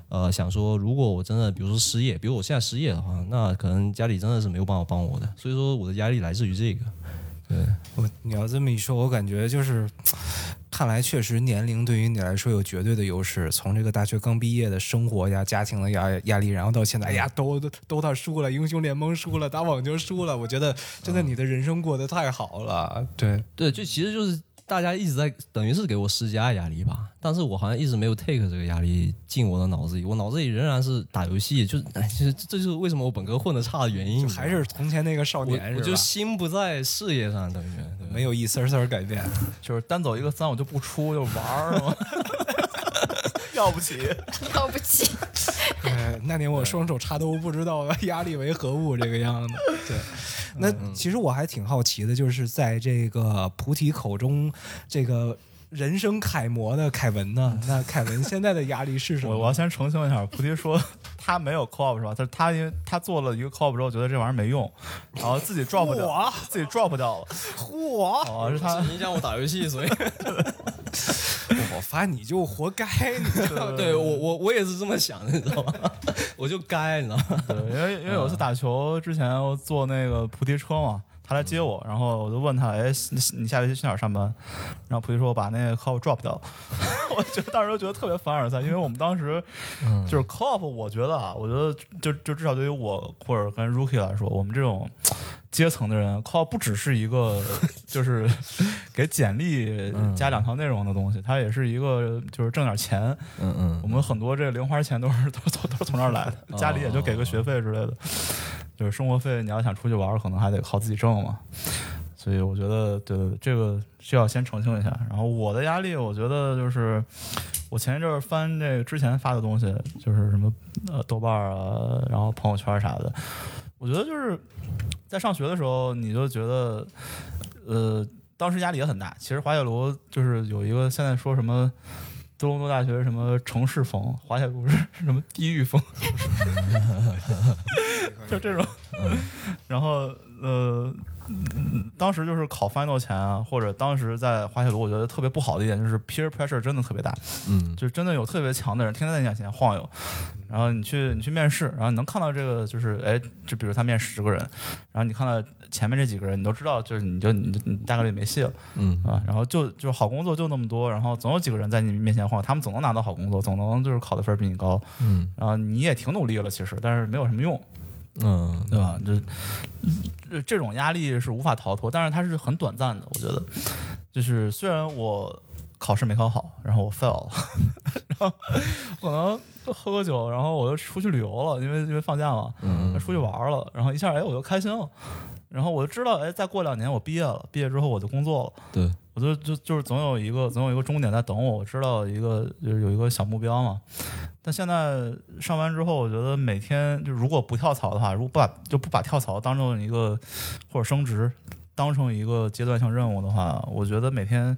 Speaker 5: 呃想说，如果我真的比如说失业，比如我现在失业的话，那可能家里真的是没有办法帮我的。所以说我的压力来自于这个。对，
Speaker 4: 我你要这么一说，我感觉就是，看来确实年龄对于你来说有绝对的优势。从这个大学刚毕业的生活呀、家庭的压压力，然后到现在，哎呀，都都都他输了，英雄联盟输了，打网球输了，我觉得真的你的人生过得太好了。对，
Speaker 5: 对，就其实就是大家一直在等于是给我施加压力吧，但是我好像一直没有 take 这个压力进我的脑子里，我脑子里仍然是打游戏，就是哎，就是这就是为什么我本科混得差的原因，
Speaker 4: 就
Speaker 5: 你知道
Speaker 4: 还是从前那个少
Speaker 5: 我
Speaker 4: 年
Speaker 5: 我
Speaker 4: 是
Speaker 5: 就
Speaker 4: 吧？
Speaker 5: 心不在事业上，等于对
Speaker 4: 没有一丝儿丝儿改变。
Speaker 6: 就是单走一个三我就不出，就玩儿，是吗？ 要不起，
Speaker 3: 要不起。
Speaker 4: 哎，那年我双手插兜，不知道压力为何物这个样子。对，那其实我还挺好奇的，就是在这个菩提口中，这个人生楷模的凯文呢？那凯文现在的压力是什么？
Speaker 6: 我我要先澄清一下，菩提说 他没有 co-op 是吧？他他因为他做了一个 co-op 之后，觉得这玩意儿没用，然后自己 drop 掉，自己 drop 掉了。
Speaker 4: 嚯！
Speaker 6: 哦，是他
Speaker 5: 是影响我打游戏，所以
Speaker 4: 我发你就活该，你知道吗？
Speaker 5: 对我我我也是这么想的，你知道吗？ 我就该，你知道吗？
Speaker 6: 对，因为因为有一次打球之前我坐那个菩提车嘛，他来接我，然后我就问他，哎，你你下学期去哪儿上班？然后菩提说我把那个 cop drop 掉了， 我觉得当时就觉得特别凡尔赛，因为我们当时就是 cop，我觉得啊，我觉得就就至少对于我或者跟 rookie 来说，我们这种。阶层的人 cop 不只是一个就是给简历加两条内容的东西，它也是一个就是挣点钱，
Speaker 5: 嗯
Speaker 6: 我
Speaker 5: 嗯，
Speaker 6: 们很多这零花钱都是都都都是从这儿来的，家里也就给个学费之类的，就是生活费。你要想出去玩儿，可能还得靠自己挣嘛。所以我觉得，对对对这个需要先澄清一下。然后我的压力，我觉得就是我前一阵儿翻这个之前发的东西，就是什么呃豆瓣儿啊，然后朋友圈儿啥的，我觉得就是在上学的时候，你就觉得呃当时压力也很大。其实滑铁卢就是有一个现在说什么。多伦多大学什么城市风，滑铁卢是什么地狱风，就这种。 然后呃，嗯当时就是考 final 前啊，或者当时在滑铁卢，我觉得特别不好的一点就是 peer pressure 真的特别大，
Speaker 5: 嗯，
Speaker 6: 就真的有特别强的人天天在你眼前晃悠。然后你去你去面试，然后你能看到这个就是哎，就比如他面十个人，然后你看到前面这几个人，你都知道就是你就你就你大概率没戏了。
Speaker 5: 嗯
Speaker 6: 啊，然后就就好工作就那么多，然后总有几个人在你面前晃，他们总能拿到好工作，总能就是考的分儿比你高，
Speaker 5: 嗯
Speaker 6: 然后你也挺努力了，其实，但是没有什么用，
Speaker 5: 嗯，
Speaker 6: 对吧？这这这种压力是无法逃脱，但是它是很短暂的，我觉得，就是虽然我考试没考好，然后我 fail 了，然后可能喝个酒，然后我又出去旅游了，因为因为放假嘛，
Speaker 5: 嗯
Speaker 6: 出去玩儿了，然后一下哎我又开心了，然后我就知道哎再过两年我毕业了，毕业之后我就工作了。
Speaker 5: 对，
Speaker 6: 我就就就是总有一个总有一个终点在等我，我知道一个就是有一个小目标嘛。但现在上班之后，我觉得每天就如果不跳槽的话，如果不把就不把跳槽当成一个或者升职当成一个阶段性任务的话，我觉得每天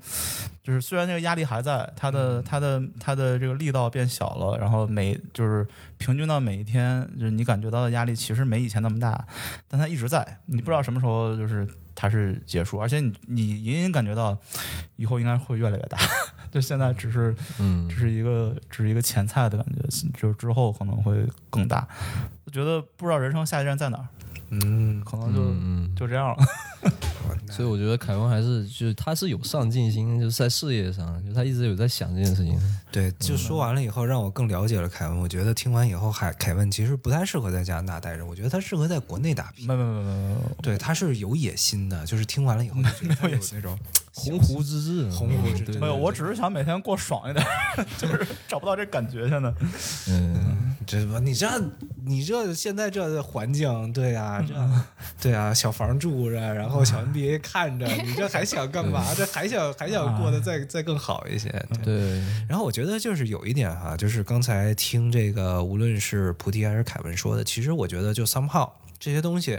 Speaker 6: 就是虽然这个压力还在，它的它的它的这个力道变小了，然后每就是平均到每一天，就是你感觉到的压力其实没以前那么大，但它一直在，你不知道什么时候就是它是结束，而且你你隐隐感觉到以后应该会越来越大， 就现在只是
Speaker 5: 嗯
Speaker 6: 只是一个只是一个前菜的感觉，就是之后可能会更大。我觉得不知道人生下一站在哪儿，
Speaker 4: 嗯，
Speaker 6: 可能就、
Speaker 5: 嗯，
Speaker 6: 就这样了。
Speaker 5: 所以我觉得凯文还是就是他是有上进心，就是在事业上，就他一直有在想这件事情。
Speaker 4: 对，就说完了以后，让我更了解了凯文。我觉得听完以后，还凯文其实不太适合在加拿大待着，我觉得他适合在国内打拼。
Speaker 6: 没没没没没，
Speaker 4: 对，他是有野心的，就是听完了以后就觉得他有那 种
Speaker 5: 鸿鹄之志，
Speaker 4: 鸿鹄之志
Speaker 5: 对
Speaker 6: 没有，我只是想每天过 爽一点，就是找不到这感觉。现在
Speaker 5: 嗯，
Speaker 4: 这你这你这现在这环境，对呀、这对啊，小房住着，然后小 NBA 看着，你这还想干嘛？这还想还想过得再再更好一些？对。
Speaker 5: 对，
Speaker 4: 然后我觉得就是有一点哈、就是刚才听这个，无论是菩提还是凯文说的，其实我觉得就 somehow 这些东西，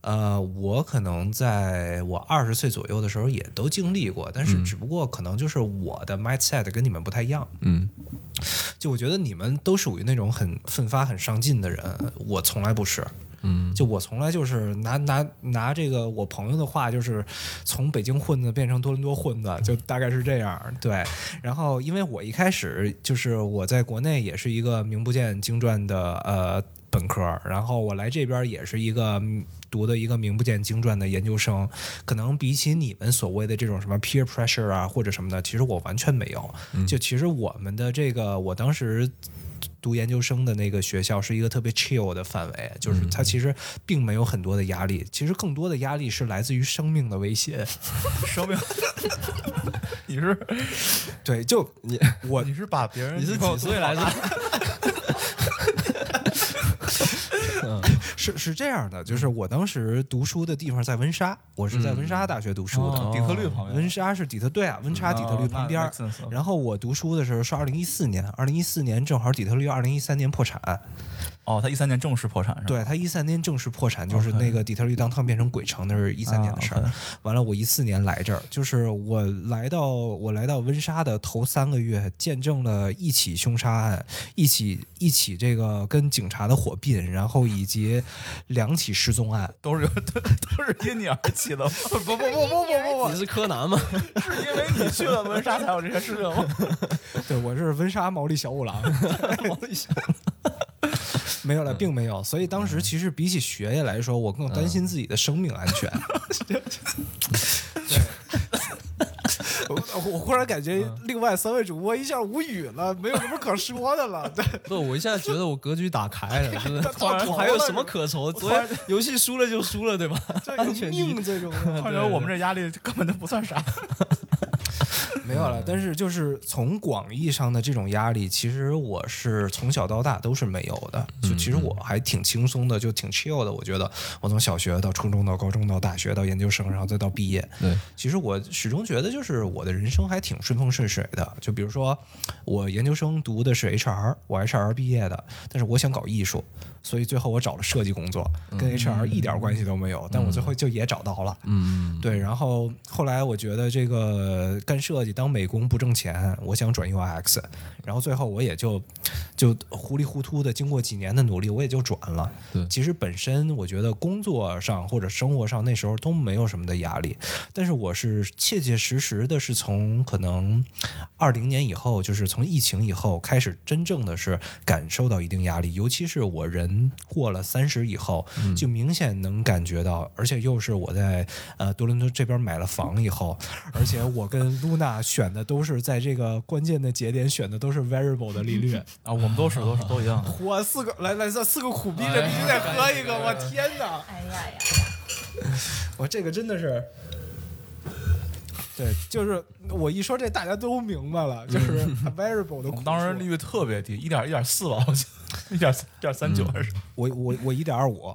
Speaker 4: 呃，我可能在我二十岁左右的时候也都经历过，但是只不过可能就是我的 mindset 跟你们不太一样。
Speaker 5: 嗯
Speaker 4: 就我觉得你们都属于那种很奋发、很上进的人，我从来不是。
Speaker 5: 嗯，
Speaker 4: 就我从来就是拿拿拿这个我朋友的话，就是从北京混子变成多伦多混子，就大概是这样。对，然后因为我一开始就是我在国内也是一个名不见经传的呃本科儿，然后我来这边儿也是一个嗯读的一个名不见经传的研究生，可能比起你们所谓的这种什么 peer pressure 啊或者什么的，其实我完全没有。就其实我们的这个，我当时读研究生的那个学校是一个特别 chill 的范围，就是它其实并没有很多的压力，其实更多的压力是来自于生命的威胁。
Speaker 6: 生命， 你是
Speaker 4: 对，就你我
Speaker 6: 哦你是把别人
Speaker 5: 你是
Speaker 6: 女朋友
Speaker 5: 几岁
Speaker 6: 做
Speaker 5: 来着？
Speaker 4: 是是这样的，
Speaker 6: 嗯
Speaker 4: 就是我当时读书的地方在温莎，我是在温莎大学读书的。
Speaker 5: 哦
Speaker 6: 底特律旁边，
Speaker 4: 温莎是底特对啊，温莎底特律旁边儿。
Speaker 6: 哦那 make sense
Speaker 4: 然后我读书的时候是二零一四年，二零一四年正好底特律二零一三年破产，
Speaker 6: 哦，他一三年正式破产是吧？
Speaker 4: 对他一三年正式破产，就是那个底特律当趟变成鬼城，那是一三年的事儿。
Speaker 6: 啊，OK
Speaker 4: 完了，我一四年来这儿，就是我来到我来到温莎的头三个月，见证了一起凶杀案，一起一起这个跟警察的火并，然后以及两起失踪案。
Speaker 6: 都是有 都都是因你而起的吗， 不不不不不不
Speaker 5: 你是柯南吗？
Speaker 6: 不， 是因为你去了温莎才有这些事情 吗？
Speaker 4: 对我是温莎毛利小五 郎， 没有了，并没有。所以当时其实比起学业来说，我更担心自己的生命安 全。 对，我我忽然感觉另外三位主播一下无语了，没有什么可说的了。 对，
Speaker 5: 不，我一下觉得我格局打开了，就是
Speaker 4: 到头了
Speaker 5: 还有什么可愁？昨天游戏输了就输了，对吧？安全第一
Speaker 4: 命最重要。
Speaker 6: 我觉得我们这压力根本就不算啥。
Speaker 4: 没有了，但是就是从广义上的这种压力，其实我是从小到大都是没有的。就其实我还挺轻松的，就挺 chill 的。我觉得我从小学到初中到高中到大学到研究生，然后再到毕业，
Speaker 5: 对，
Speaker 4: 其实我始终觉得，就是我的人生还挺顺风顺水的。就比如说，我研究生读的是 HR，我 HR 毕业的，但是我想搞艺术，所以最后我找了设计工作，跟 HR 一点关系都没有，但我最后就也找到了。
Speaker 5: 嗯，
Speaker 4: 对，然后后来我觉得这个干设计当美工不挣钱，我想转 UX，然后最后我也就就糊里糊涂的，经过几年的努力，我也就转了。
Speaker 5: 对
Speaker 4: 其实本身我觉得工作上或者生活上那时候都没有什么的压力，但是我是切切实实的是从可能二零年以后，就是从疫情以后开始，真正的是感受到一定压力，尤其是我人过了三十以后，就明显能感觉到，而且又是我在呃多伦多这边买了房以后，而且我跟露娜选的都是在这个关键的节点选的都是 variable 的利率。
Speaker 6: 啊，我们都是都是都一样。
Speaker 4: 我四个来来这四个苦逼的必须得喝一个，我天哪！
Speaker 3: 哎呀呀，
Speaker 4: 我这个真的是， 对，就是我一说这大家都明白了，就是 variable 的
Speaker 6: 我
Speaker 4: 苦
Speaker 6: 们当时利
Speaker 4: 处。
Speaker 6: 率特别低，一点一点四吧，好像一点一点三九还是？
Speaker 4: 我我我一点二五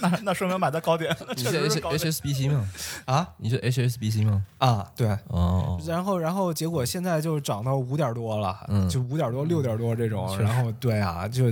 Speaker 6: 那那说明买在高点，那
Speaker 5: 你
Speaker 6: 确
Speaker 5: 是
Speaker 6: 实
Speaker 5: H
Speaker 6: 是高点。
Speaker 5: HSBC 吗？
Speaker 4: 啊
Speaker 5: 你是 HSBC 吗？
Speaker 4: 啊，对。
Speaker 5: 哦，
Speaker 4: 然后，然后结果现在就涨到五点多了，
Speaker 5: 嗯
Speaker 4: 就五点多、六点多这种。
Speaker 5: 确实嗯
Speaker 4: 然后，对啊，就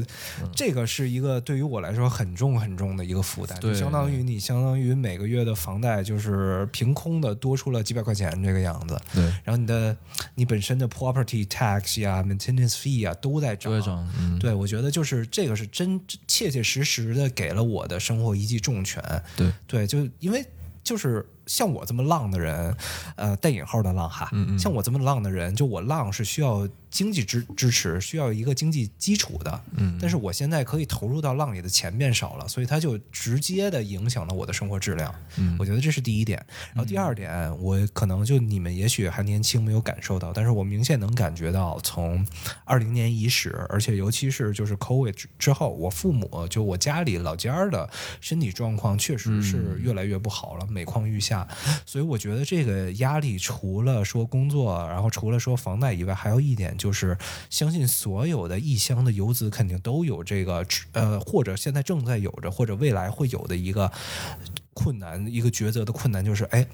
Speaker 4: 这个是一个对于我来说很重很重的一个负担，就
Speaker 5: 对
Speaker 4: 相当于你相当于每个月的房贷就是凭空的多出了几百块钱这个样子。
Speaker 5: 对，
Speaker 4: 然后你的你本身的 property tax 呀、maintenance fee 呀都在
Speaker 5: 就
Speaker 4: 涨
Speaker 5: 会。涨，嗯，
Speaker 4: 对，我觉得就是这个是真切切实实的给了我的生活一记重拳。
Speaker 5: 对
Speaker 4: 对，就因为就是像我这么浪的人，呃，带引号的浪哈，
Speaker 5: 嗯嗯
Speaker 4: 像我这么浪的人，就我浪是需要经济支支持，需要一个经济基础的。
Speaker 5: 嗯，
Speaker 4: 但是我现在可以投入到浪里的钱变少了，所以它就直接的影响了我的生活质量。
Speaker 5: 嗯
Speaker 4: 我觉得这是第一点。然后第二点，我可能就你们也许还年轻，没有感受到，但是我明显能感觉到，从二零年伊始，而且尤其是就是 COVID 之之后，我父母就我家里老家儿的身体状况确实是越来越不好了，每况愈下。下，所以我觉得这个压力除了说工作，然后除了说房贷以外，还有一点就是，相信所有的异乡的游子肯定都有这个呃，或者现在正在有着，或者未来会有的一个困难，一个抉择的困难就是，哎，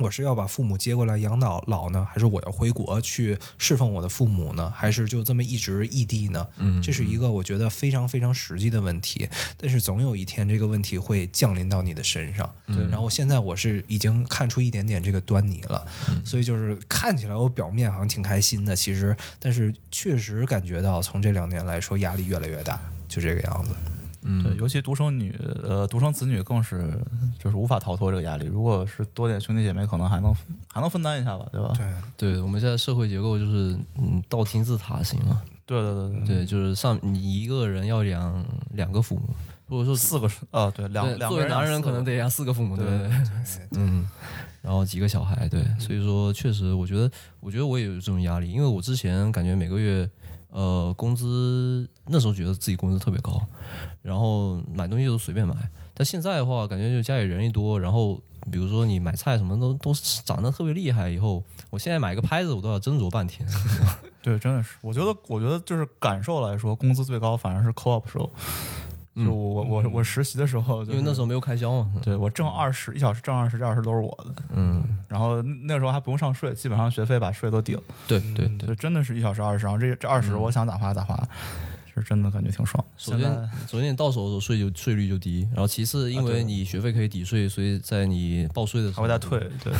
Speaker 4: 我是要把父母接过来养老老呢，还是我要回国去侍奉我的父母呢？还是就这么一直异地呢？嗯，这是一个我觉得非常非常实际的问题。但是总有一天这个问题会降临到你的身上。对，然后现在我是已经看出一点点这个端倪了，所以就是看起来我表面好像挺开心的，其实但是确实感觉到从这两年来说压力越来越大，就这个样子。
Speaker 6: 对，尤其独生女，呃，独生子女更是就是无法逃脱这个压力。如果是多点兄弟姐妹，可能还能还能分担一下吧，对吧？
Speaker 4: 对，
Speaker 5: 对，我们现在社会结构就是，嗯，倒金字塔型嘛。
Speaker 6: 对对对对
Speaker 5: 对，就是上你一个人要养两个父母，如果说
Speaker 6: 四个是啊，对，两
Speaker 5: 对
Speaker 6: 两
Speaker 5: 作
Speaker 6: 个
Speaker 5: 为男人
Speaker 6: 养四
Speaker 5: 可
Speaker 6: 个
Speaker 5: 能得养四个父母，对
Speaker 6: 对
Speaker 5: 对
Speaker 6: 嗯
Speaker 5: 对，嗯，然后几个小孩，对，所以说确实，我觉得，我觉得我也有这种压力，因为我之前感觉每个月，呃，工资那时候觉得自己工资特别高，然后买东西都随便买，但现在的话，感觉就家里人一多，然后比如说你买菜什么都都涨得特别厉害，以后我现在买个拍子我都要斟酌半 天，
Speaker 6: 对，真的是，我觉得，我觉得就是感受来说，工资最高反而是 co-op 时候，就
Speaker 5: 嗯
Speaker 6: 我我我实习的时候、就
Speaker 5: 因为那时
Speaker 6: 候
Speaker 5: 候没有开销嘛，
Speaker 6: 对我挣二十一小时挣二十，这二十都是我的，
Speaker 5: 嗯，
Speaker 6: 然后那时候还不用上税，基本上学费把税都抵了，
Speaker 5: 对对对。
Speaker 6: 就真的是一小时二十，然后这这二十我想咋花咋花，是真的感觉挺爽。
Speaker 5: 首
Speaker 6: 现
Speaker 5: 先
Speaker 6: 在，
Speaker 5: 首先你到手的时候税就税率就低，然后其次因
Speaker 6: 啊
Speaker 5: 为
Speaker 6: 对
Speaker 5: 你学费可以抵税，所以在你报税的时候
Speaker 6: 还会再退，对，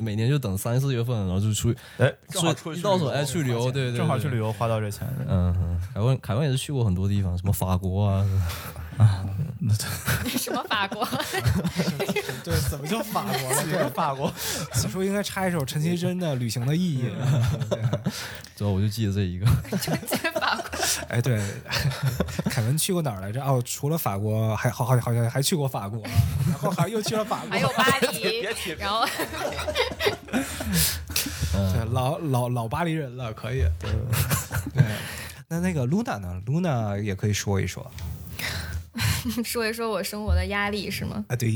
Speaker 5: 每年就等三四月份，然后就出去，
Speaker 6: 哎，正
Speaker 5: 所
Speaker 6: 好
Speaker 5: 以
Speaker 6: 出
Speaker 5: 一
Speaker 6: 去
Speaker 5: 到手
Speaker 6: 旅游
Speaker 5: 哎去旅游，对对对，
Speaker 6: 正好去旅。游花到这钱，对
Speaker 5: 嗯，嗯凯文凯文也是去过很多地方，什么法国啊，
Speaker 3: 什么法国？
Speaker 4: 对，怎么就法国了？
Speaker 6: 去法国，
Speaker 4: 此处应该插一首陈绮贞的《旅行的意义》。
Speaker 5: 之后我就记得这一个。
Speaker 3: 法国
Speaker 4: 哎，对，凯文去过哪儿来着？哦，除了法国，还好好好像还去过法国，啊然后还又去了法国
Speaker 3: 还。有巴黎，然后
Speaker 4: 对，老老老巴黎人了，可以。对， 对嗯那那个 Luna 呢？Luna 也可以说一说
Speaker 3: 说一说我生活的压力是吗？
Speaker 4: 啊。 对，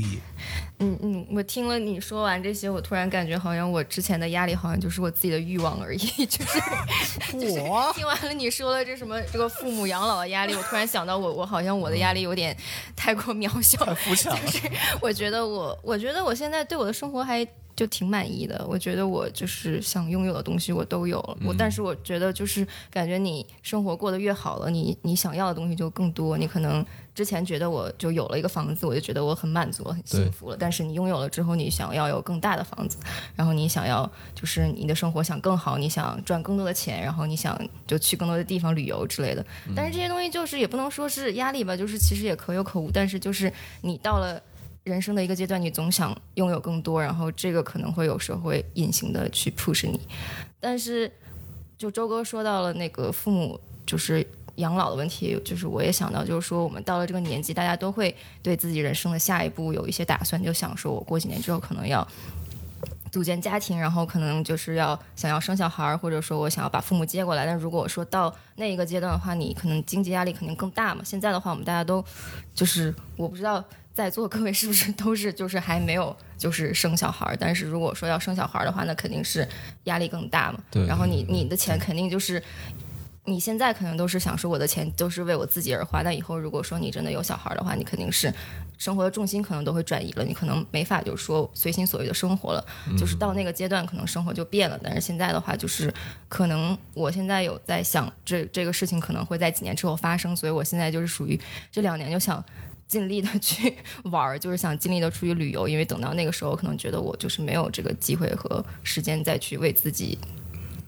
Speaker 3: 嗯嗯，我听了你说完这些，我突然感觉好像我之前的压力好像就是我自己的欲望而已， 就是
Speaker 4: 我
Speaker 3: 听完了你说的这什么这个父母养老的压力，我突然想到我我好像我的压力有点太过渺小，
Speaker 6: 肤浅
Speaker 4: 嗯
Speaker 6: 了，
Speaker 3: 我觉得我我觉得我现在对我的生活还就挺满意的，我觉得我就是想拥有的东西我都有了，我但是我觉得就是感觉你生活过得越好了，你你想要的东西就更多，你可能。之前觉得我就有了一个房子，我就觉得我很满足了，很幸福了。但是你拥有了之后，你想要有更大的房子，然后你想要就是你的生活想更好，你想赚更多的钱，然后你想就去更多的地方旅游之类的。但是这些东西就是也不能说是压力吧，就是其实也可有可无。但是就是你到了。人生的一个阶段，你总想拥有更多，然后这个可能会有时候会隐形的去 push 你。但是，就周哥说到了那个父母就是养老的问题，就是我也想到，就是说我们到了这个年纪，大家都会对自己人生的下一步有一些打算，就想说我过几年之后可能要组建家庭，然后可能就是要想要生小孩，儿，或者说我想要把父母接过来。但如果我说到那一个阶段的话，你可能经济压力肯定更大嘛。现在的话，我们大家都就是我不知道在座各位是不是都是就是还没有就是生小孩，儿，但是如果说要生小孩儿的话，那肯定是压力更大嘛。
Speaker 5: 对
Speaker 3: 然后你你的钱肯定就是。你现在可能都是想说我的钱都是为我自己而花，但以后如果说你真的有小孩儿的话，你肯定是生活的重心可能都会转移了，你可能没法就是说随心所欲的生活了。就是到那个阶段，可能生活就变了。但是现在的话，就是可能我现在有在想这这个事情可能会在几年之后发生，所以我现在就是属于这两年就想尽力的 去玩儿，就是想尽力的出去旅游，因为等到那个时候，可能觉得我就是没有这个机会和时间再去为自己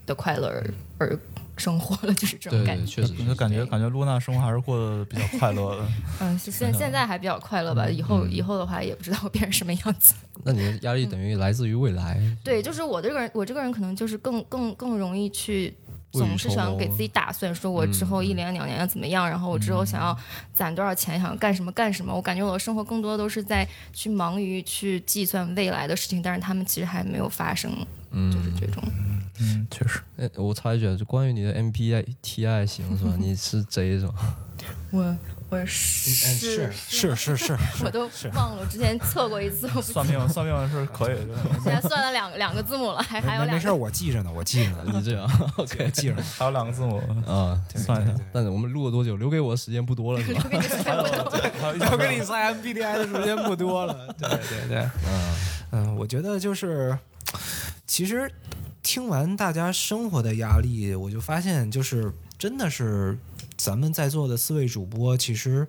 Speaker 3: 的快乐而而生活了，就是这种
Speaker 5: 对
Speaker 3: 感
Speaker 5: 对，
Speaker 3: 觉。
Speaker 5: 确实
Speaker 6: 就感觉
Speaker 3: 对
Speaker 6: 感觉露娜生活还是过得比较快乐的。
Speaker 3: 嗯，是现现在还比较快乐吧，
Speaker 5: 嗯
Speaker 3: 以后以后的话也不知道会变成什么样子。
Speaker 5: 那你的压力等于来自于未来。
Speaker 3: 对，就是我这个人，我这个人可能就是更更更容易去。
Speaker 5: 未雨
Speaker 3: 总是
Speaker 5: 绸
Speaker 3: 想
Speaker 5: 缪
Speaker 3: 给自己打算，说我之后一年两年要怎么样，然后我之后想要攒多少钱，想要干什么干什么。我感觉我的生活更多都是在去忙于去计算未来的事情，但是他们其实还没有发生，就是这种。
Speaker 6: 嗯，确实，
Speaker 5: 嗯哎，我插一句，啊，就关于你的 MBTI 型是吧？你是 J 是吧？
Speaker 3: 我我
Speaker 4: 嗯，是 是
Speaker 3: 是
Speaker 4: 是是，
Speaker 3: 我都忘了，我之前测过一次，我不记
Speaker 6: 算命算命是可以的，
Speaker 3: 现在算了两两个字母了，还还有
Speaker 4: 没
Speaker 3: 两
Speaker 4: 没
Speaker 3: 个
Speaker 4: 事儿，我记着呢，我记着 呢，
Speaker 5: 你这样
Speaker 4: 我
Speaker 5: ，OK
Speaker 4: 记着呢。
Speaker 6: 还有两个字 母，
Speaker 5: 啊，
Speaker 6: 算一下。
Speaker 5: 但是我们录了多久？留给我时间不多了，是吧？
Speaker 3: 留给你时间不多。
Speaker 6: 还有 一
Speaker 4: 要跟你猜 MBTI 的时间不多了。 对对对，
Speaker 5: 嗯
Speaker 4: 嗯，我觉得就是，其实听完大家生活的压力，我就发现，就是真的是咱们在座的四位主播，其实。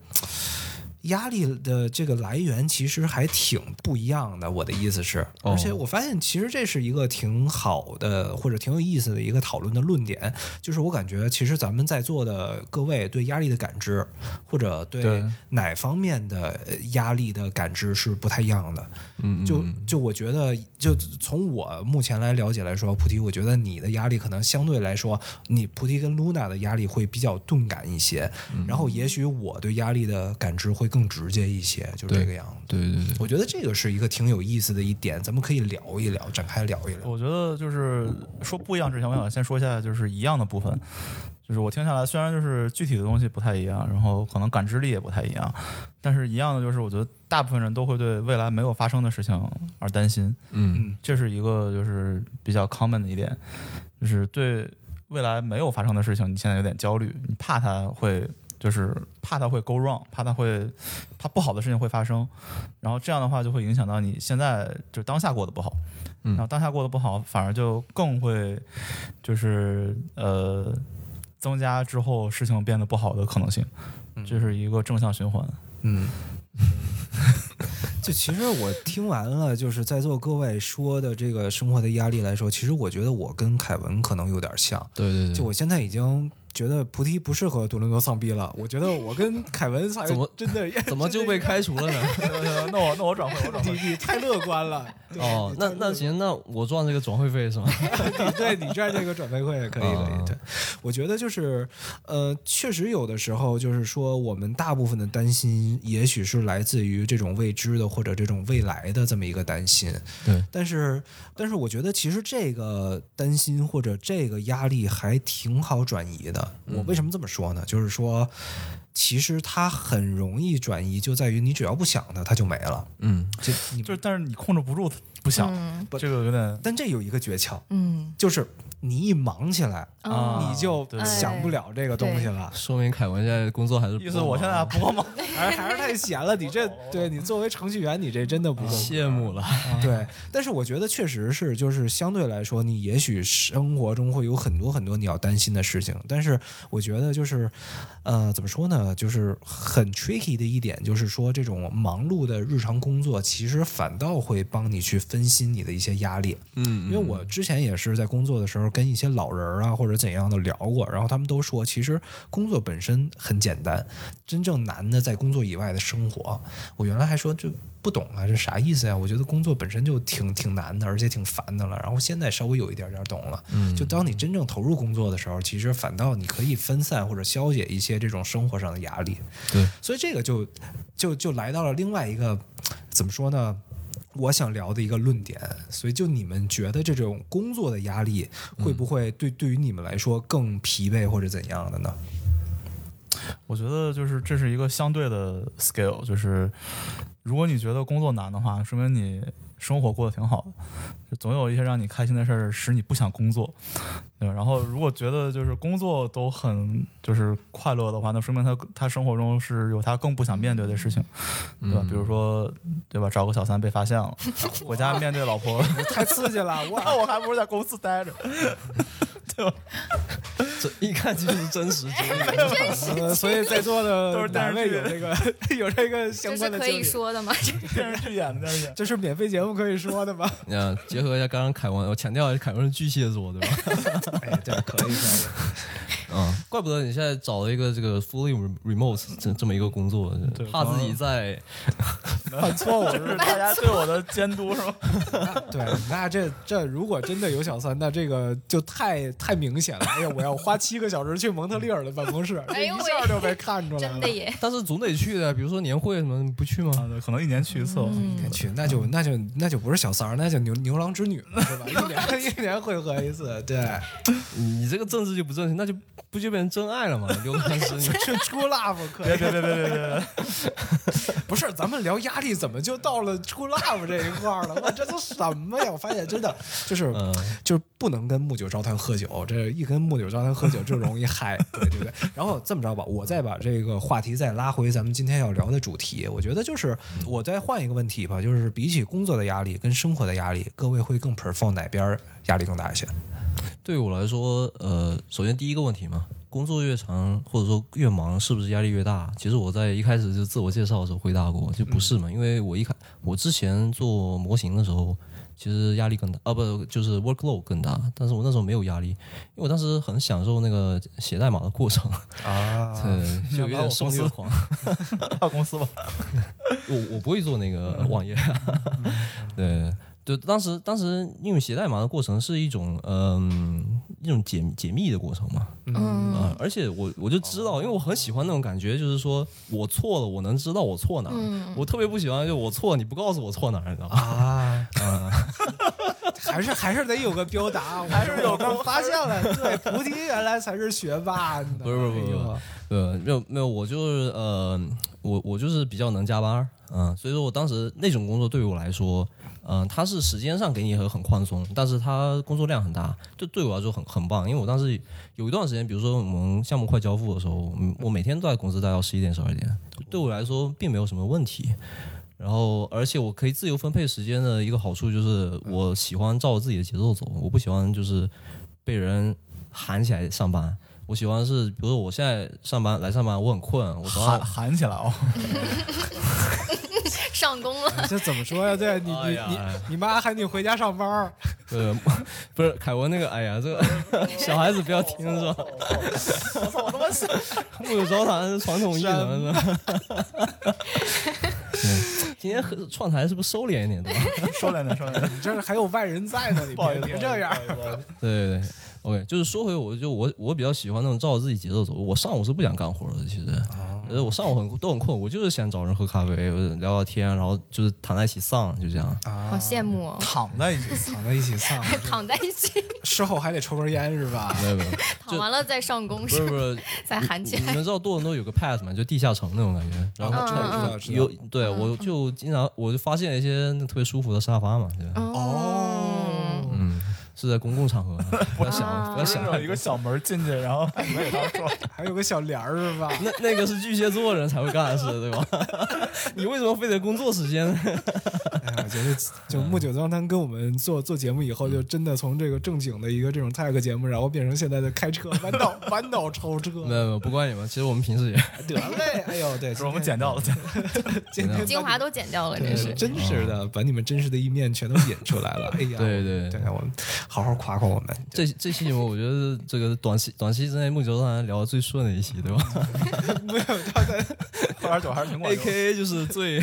Speaker 4: 压力的这个来源其实还挺不一样的，我的意思是，
Speaker 5: 哦
Speaker 4: 而且我发现其实这是一个挺好的或者挺有意思的一个讨论的论点，就是我感觉其实咱们在座的各位对压力的感知，或者对
Speaker 6: 对
Speaker 4: 哪方面的呃压力的感知是不太一样的。
Speaker 5: 嗯，
Speaker 4: 就
Speaker 5: 嗯
Speaker 4: 就我觉得，就从我目前来了解来说，菩提，我觉得你的压力可能相对来说，你菩提跟露娜的压力会比较钝感一些，
Speaker 5: 嗯
Speaker 4: 然后也许我对压力的感知会更直接一些，就是这个样子。
Speaker 5: 对对对，
Speaker 4: 我觉得这个是一个挺有意思的一点，咱们可以聊一聊，展开聊一聊。
Speaker 6: 我觉得就是说不一样之前，我想先说一下就是一样的部分。就是我听下来，虽然就是具体的东西不太一样，然后可能感知力也不太一样，但是一样的就是，我觉得大部分人都会对未来没有发生的事情而担心，
Speaker 5: 嗯
Speaker 4: 嗯
Speaker 6: 这是一个就是比较 common 的一点，就是对未来没有发生的事情，你现在有点焦虑，你怕它会就是怕它会 go wrong，怕它会怕不好的事情会发生，然后这样的话就会影响到你现在就当下过得不好，
Speaker 5: 嗯
Speaker 6: 然后当下过得不好，反而就更会就是呃增加之后事情变得不好的可能性，这是一个正向循环。
Speaker 4: 嗯， 就其实我听完了，就是在座各位说的这个生活的压力来说，其实我觉得我跟凯文可能有点像。
Speaker 5: 对对对，
Speaker 4: 就我现在已经觉得菩提不适合多伦多丧逼了，我觉得我跟凯文才
Speaker 5: 怎么
Speaker 4: 真的
Speaker 5: 怎么就被开除了呢？
Speaker 6: 那我那我转回我转
Speaker 4: 你
Speaker 6: 回。
Speaker 4: 你太乐观了，
Speaker 5: 哦，那那行，那我赚这个转会费是吗？
Speaker 4: 你 对你这样这个转背会可以
Speaker 6: 啊
Speaker 4: 可以，对，我觉得就是呃，确实有的时候就是说，我们大部分的担心，也许是来自于这种未知的或者这种未来的这么一个担心，
Speaker 5: 对，
Speaker 4: 但是，但是我觉得其实这个担心或者这个压力还挺好转移的。我
Speaker 6: 嗯
Speaker 4: 为什么这么说呢？就是说，其实它很容易转移，就在于你只要不想它，它就没了。
Speaker 5: 嗯，
Speaker 4: 这你
Speaker 6: 就是，但是你控制不住不想，
Speaker 4: 不
Speaker 6: 这个有点
Speaker 4: 但这有一个诀窍，
Speaker 3: 嗯，
Speaker 4: 就是你一忙起来，
Speaker 6: 啊
Speaker 4: 你就
Speaker 6: 对
Speaker 4: 想不了这个东西了。
Speaker 5: 说明凯文现在工作 还是不啊
Speaker 6: 意思，我现在还不够忙。
Speaker 4: 还是 还是太闲了，你这对你作为程序员，你这真的不 够。
Speaker 5: 羡慕了。
Speaker 4: 对，但是我觉得确实是，就是相对来说，你也许生活中会有很多很多你要担心的事情，但是我觉得就是，呃，怎么说呢，就是很 tricky 的一点，就是说这种忙碌的日常工作，其实反倒会帮你去分心你的一些压力。
Speaker 5: 嗯
Speaker 4: 因为我之前也是在工作的时候跟一些老人儿啊或者怎样的聊过，然后他们都说，其实工作本身很简单，真正难的在工作以外的生活。我原来还说这不懂啊，这啥意思呀、我觉得工作本身就挺挺难的，而且挺烦的了。然后现在稍微有一点点懂了。
Speaker 5: 嗯
Speaker 4: 就当你真正投入工作的时候，其实反倒你可以分散或者消解一些这种生活上的压力。
Speaker 5: 对，
Speaker 4: 所以这个就就就来到了另外一个怎么说呢？我想聊的一个论点，所以就你们觉得这种工作的压力
Speaker 6: 嗯
Speaker 4: 会不会对、对于你们来说更疲惫或者怎样的呢？
Speaker 6: 我觉得就是这是一个相对的 scale，就是如果你觉得工作难的话，说明你生活过得挺好的，就总有一些让你开心的事儿使你不想工作。对吧然后如果觉得就是工作都很就是快乐的话，那说明他他生活中是有他更不想面对的事情，对吧？比如说对吧，找个小三被发现了，回家面对老婆，
Speaker 4: 太刺激了，我
Speaker 6: 那我还不如在公司待着。
Speaker 5: 这一看就是真实经 历。
Speaker 4: 呃，所以在座的
Speaker 6: 都是
Speaker 4: 哪
Speaker 6: 单
Speaker 4: 位
Speaker 6: 身
Speaker 4: 有这个 有这个
Speaker 3: 这
Speaker 4: 相
Speaker 3: 是
Speaker 4: 关的
Speaker 3: 可
Speaker 4: 经
Speaker 3: 以
Speaker 4: 历？
Speaker 3: 说的吗？这
Speaker 6: 电视剧演的，电视剧演的
Speaker 4: 这是免费节目可以说的吗？
Speaker 5: 嗯，结合一下刚刚凯文，我强调一下，凯文是巨蟹座，对吧？
Speaker 4: 哎，对，可以可以。
Speaker 5: 嗯，怪不得你现在找了一个这个 fully remote 这这么一个工作，怕自己在
Speaker 4: 犯错误
Speaker 6: 这是大家对我的监督是吗？
Speaker 4: 对，那这这如果真的有小三，那这个就太太明显了。哎呀，我要花七个小时去蒙特利尔的办公室，这
Speaker 3: 哎
Speaker 4: 一
Speaker 3: 呦
Speaker 4: 下就被看出来了。
Speaker 3: 真的耶，
Speaker 5: 但是总得去的，比如说年会什么，你不去吗？
Speaker 6: 啊，对，可能一年去一次吧。
Speaker 4: 哎去，那就那就那就不是小三儿，那就牛牛 郎织女了，是吧？一年一年会合一次，对，
Speaker 5: 嗯你这个政治就不正确，那就不就变成真爱了吗？刘老师，你
Speaker 4: 这出 love 可
Speaker 6: 别别别别别别，
Speaker 4: 不是，咱们聊压力怎么就到了出 love 这一块儿了？ 我这都什么呀？我发现真的就是
Speaker 5: 嗯，
Speaker 4: 就是不能跟木九招谈喝酒，这一跟木九招谈喝酒就容易嗨，对对对。然后这么着吧，我再把这个话题再拉回咱们今天要聊的主题，我觉得就是
Speaker 6: 嗯
Speaker 4: 我再换一个问题吧，就是比起工作的压力跟生活的压力，各位会更 prefer 哪边儿压力更大一些？
Speaker 5: 对我来说，呃，首先第一个问题嘛，工作越长或者说越忙，是不是压力越大？其实我在一开始就自我介绍的时候回答过，就不是嘛，因为我一开我之前做模型的时候，其实压力更大，啊不，就是 workload 更大，但是我那时候没有压力，因为我当时很享受那个写代码的过程，
Speaker 4: 啊，
Speaker 5: 对， 就有点松懈狂。
Speaker 6: 到公司吧。
Speaker 5: 我我不会做那个网页， 对。就当时，当时因为写代码的过程是一种，嗯、一种解解密的过程嘛，
Speaker 3: 嗯
Speaker 5: 啊、而且我我就知道，因为我很喜欢那种感觉，就是说我错了，我能知道我错哪儿，我特别不喜欢就我错，你不告诉我错哪儿，你知道吗？
Speaker 4: 啊， 还是还是得有个标答，还是有刚发现了，对，菩提原来才是学霸，你知道吗
Speaker 5: 不是不是不是
Speaker 4: 哎呦
Speaker 5: 不对，没有没有，我就是呃，我我就是比较能加班，嗯、所以说我当时那种工作对于我来说，嗯、它是时间上给你很很宽松，但是它工作量很大，就对我来说很很棒，因为我当时有一段时间，比如说我们项目快交付的时候，嗯我每天都在公司待到十一点十二点，对我来说并没有什么问题。然后，而且我可以自由分配时间的一个好处就是，我喜欢照着自己的节奏走，我不喜欢就是被人喊起来上班。我喜欢是，比如说我现在上班来上班，我很困，我早
Speaker 6: 喊
Speaker 5: 上
Speaker 6: 喊起来哦！
Speaker 3: 上工了，
Speaker 4: 这怎么说呀？对你
Speaker 5: 哎
Speaker 4: 你
Speaker 5: 呀
Speaker 4: 你你妈喊你回家上班儿，
Speaker 5: 呃不是凯文那个，哎呀，这个小孩子不要听是吧？
Speaker 6: 我他妈是
Speaker 5: 木有招谈是传统艺能是吧？对今天和串台是不是收敛一点对吧？
Speaker 6: 收敛点，收敛点，
Speaker 4: 你这还有外人在呢，你
Speaker 6: 不好意
Speaker 4: 别别
Speaker 6: 思，
Speaker 4: 这样。
Speaker 6: 不好意思。
Speaker 5: 对对对，OK，就是说回我就我我比较喜欢那种照着自己节奏走。我上午是不想干活的，其实，呃，我上午很都很困，我就是想找人喝咖啡，我聊聊天，然后就是躺在一起丧，就这样。
Speaker 3: 好羡慕哦，
Speaker 6: 躺在 一起，
Speaker 4: 躺在一起丧，
Speaker 3: 躺在一起，
Speaker 4: 事后还得抽根烟是吧？
Speaker 5: 没有没有，
Speaker 3: 躺完了再上工
Speaker 5: 不
Speaker 3: 是
Speaker 5: 是
Speaker 3: 吧
Speaker 5: 不是，
Speaker 3: 再喊起
Speaker 5: 你
Speaker 3: 来。
Speaker 5: 们知道多伦多有个 pass 吗？就地下城那种感觉，然后
Speaker 4: 知道知道知
Speaker 5: 嗯有
Speaker 4: 道。
Speaker 5: 对我就经常我就发现一些那特别舒服的沙发嘛，对吧，
Speaker 4: 哦，
Speaker 5: 嗯，是在公共场合，啊 不要想不要
Speaker 6: 不是
Speaker 5: 想啊
Speaker 6: 那，种一个小门进去，然后你们给他说，
Speaker 4: 还有个小帘儿是吧？
Speaker 5: 那那个是巨蟹座人才会干的事，对吧？ 你为什么非得工作时间呢？
Speaker 4: 哎呀，我觉得就木九章他跟我们做做节目以后，就真的从这个正经的一个这种 tag 节目，然后变成现在的开车弯道弯道超车，
Speaker 5: 没有没有，不怪你们，其实我们平时也
Speaker 4: 得嘞，哎呦，对，
Speaker 6: 是我们剪掉了， 剪掉了
Speaker 4: 今天
Speaker 3: 精华都剪掉了，真
Speaker 4: 对，
Speaker 3: 是。
Speaker 4: 真实的，把你们真实的一面全都引出来了。哎 呀，
Speaker 5: 对对
Speaker 4: 对，我们好好夸夸我们。
Speaker 5: 这这期节目，我觉得是这个短期短期之内木球上聊的最顺的一期，对吧
Speaker 6: 喝点酒还是挺管
Speaker 5: ？A
Speaker 6: 用的。
Speaker 5: K A 就是最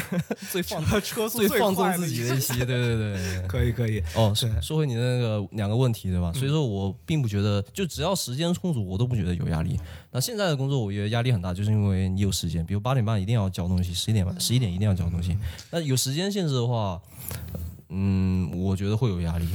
Speaker 5: 最放
Speaker 4: 车 速
Speaker 5: 最放纵
Speaker 4: 快的
Speaker 5: 自
Speaker 4: 一
Speaker 5: 己
Speaker 4: 次
Speaker 5: 的一期， 对对对对。
Speaker 4: 可以可以，
Speaker 5: 哦，
Speaker 4: 对嗯
Speaker 5: 说说回你的那个两个问题，对吧？所以说我并不觉得，就只要时间充足，我都不觉得有压力。那现在的工作，我觉得压力很大，就是因为你有时间，比如八点半一定要交东西，十一点
Speaker 4: 嗯
Speaker 5: 半、十一点一定要交东西。那有时间限制的话，嗯，我觉得会有压力。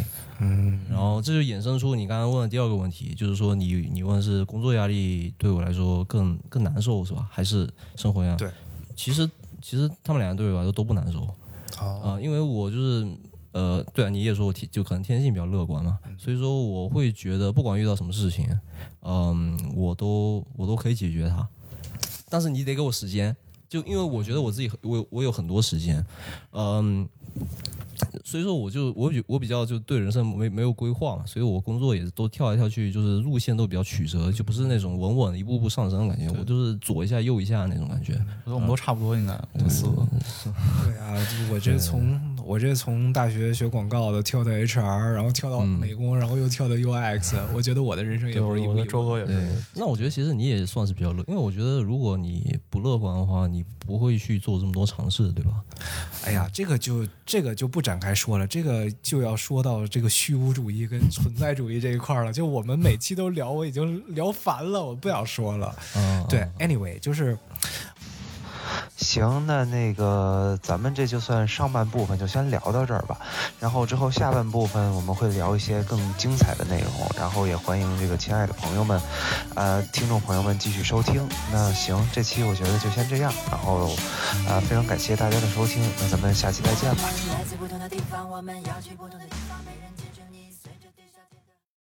Speaker 5: 嗯，然后这就衍生出你刚刚问的第二个问题，就是说你你问是工作压力对我来说更更难受是吧？还是生活压力？
Speaker 4: 对，
Speaker 5: 其实其实他们两个对我来说都不难受。
Speaker 4: 哦
Speaker 5: 啊、因为我就是呃，对啊，你也说我天就可能天性比较乐观嘛，所以说我会觉得不管遇到什么事情，嗯、我都我都可以解决它，但是你得给我时间，就因为我觉得我自己很我有我有很多时间，嗯、所以说我就我比我比较就对人生没没有规划嘛，所以我工作也都跳来跳去，就是路线都比较曲折，就不是那种稳稳一步步上升的感觉，我就是左一下右一下那种感觉。
Speaker 6: 我觉得我们都差不多，应该我们四个。
Speaker 4: 对啊，我这从我这从大学学广告的跳到 HR，然后跳到美工，然后又跳到 UX，我觉得我的人生也
Speaker 6: 对，
Speaker 4: 不
Speaker 6: 我
Speaker 4: 是一
Speaker 6: 我
Speaker 4: 步
Speaker 6: 的
Speaker 4: 一步
Speaker 6: 周哥也
Speaker 5: 对
Speaker 6: 是，，
Speaker 5: 那我觉得其实你也算是比较乐，因为我觉得如果你不乐观的话，你不会去做这么多尝试，对吧？
Speaker 4: 哎呀，这个就这个就不展开说了，这个就要说到这个虚无主义跟存在主义这一块儿了。就我们每期都聊，我已经聊烦了，我不想说了。
Speaker 5: 啊，
Speaker 4: 对，，anyway，就是
Speaker 2: 行，那那个咱们这就算上半部分就先聊到这儿吧，然后之后下半部分我们会聊一些更精彩的内容，然后也欢迎这个亲爱的朋友们，呃，听众朋友们继续收听。那行，这期我觉得就先这样，然后啊、呃非常感谢大家的收听，那咱们下期再见吧。
Speaker 7: 来自不同的地方，我们要去不同的地方，没人知道。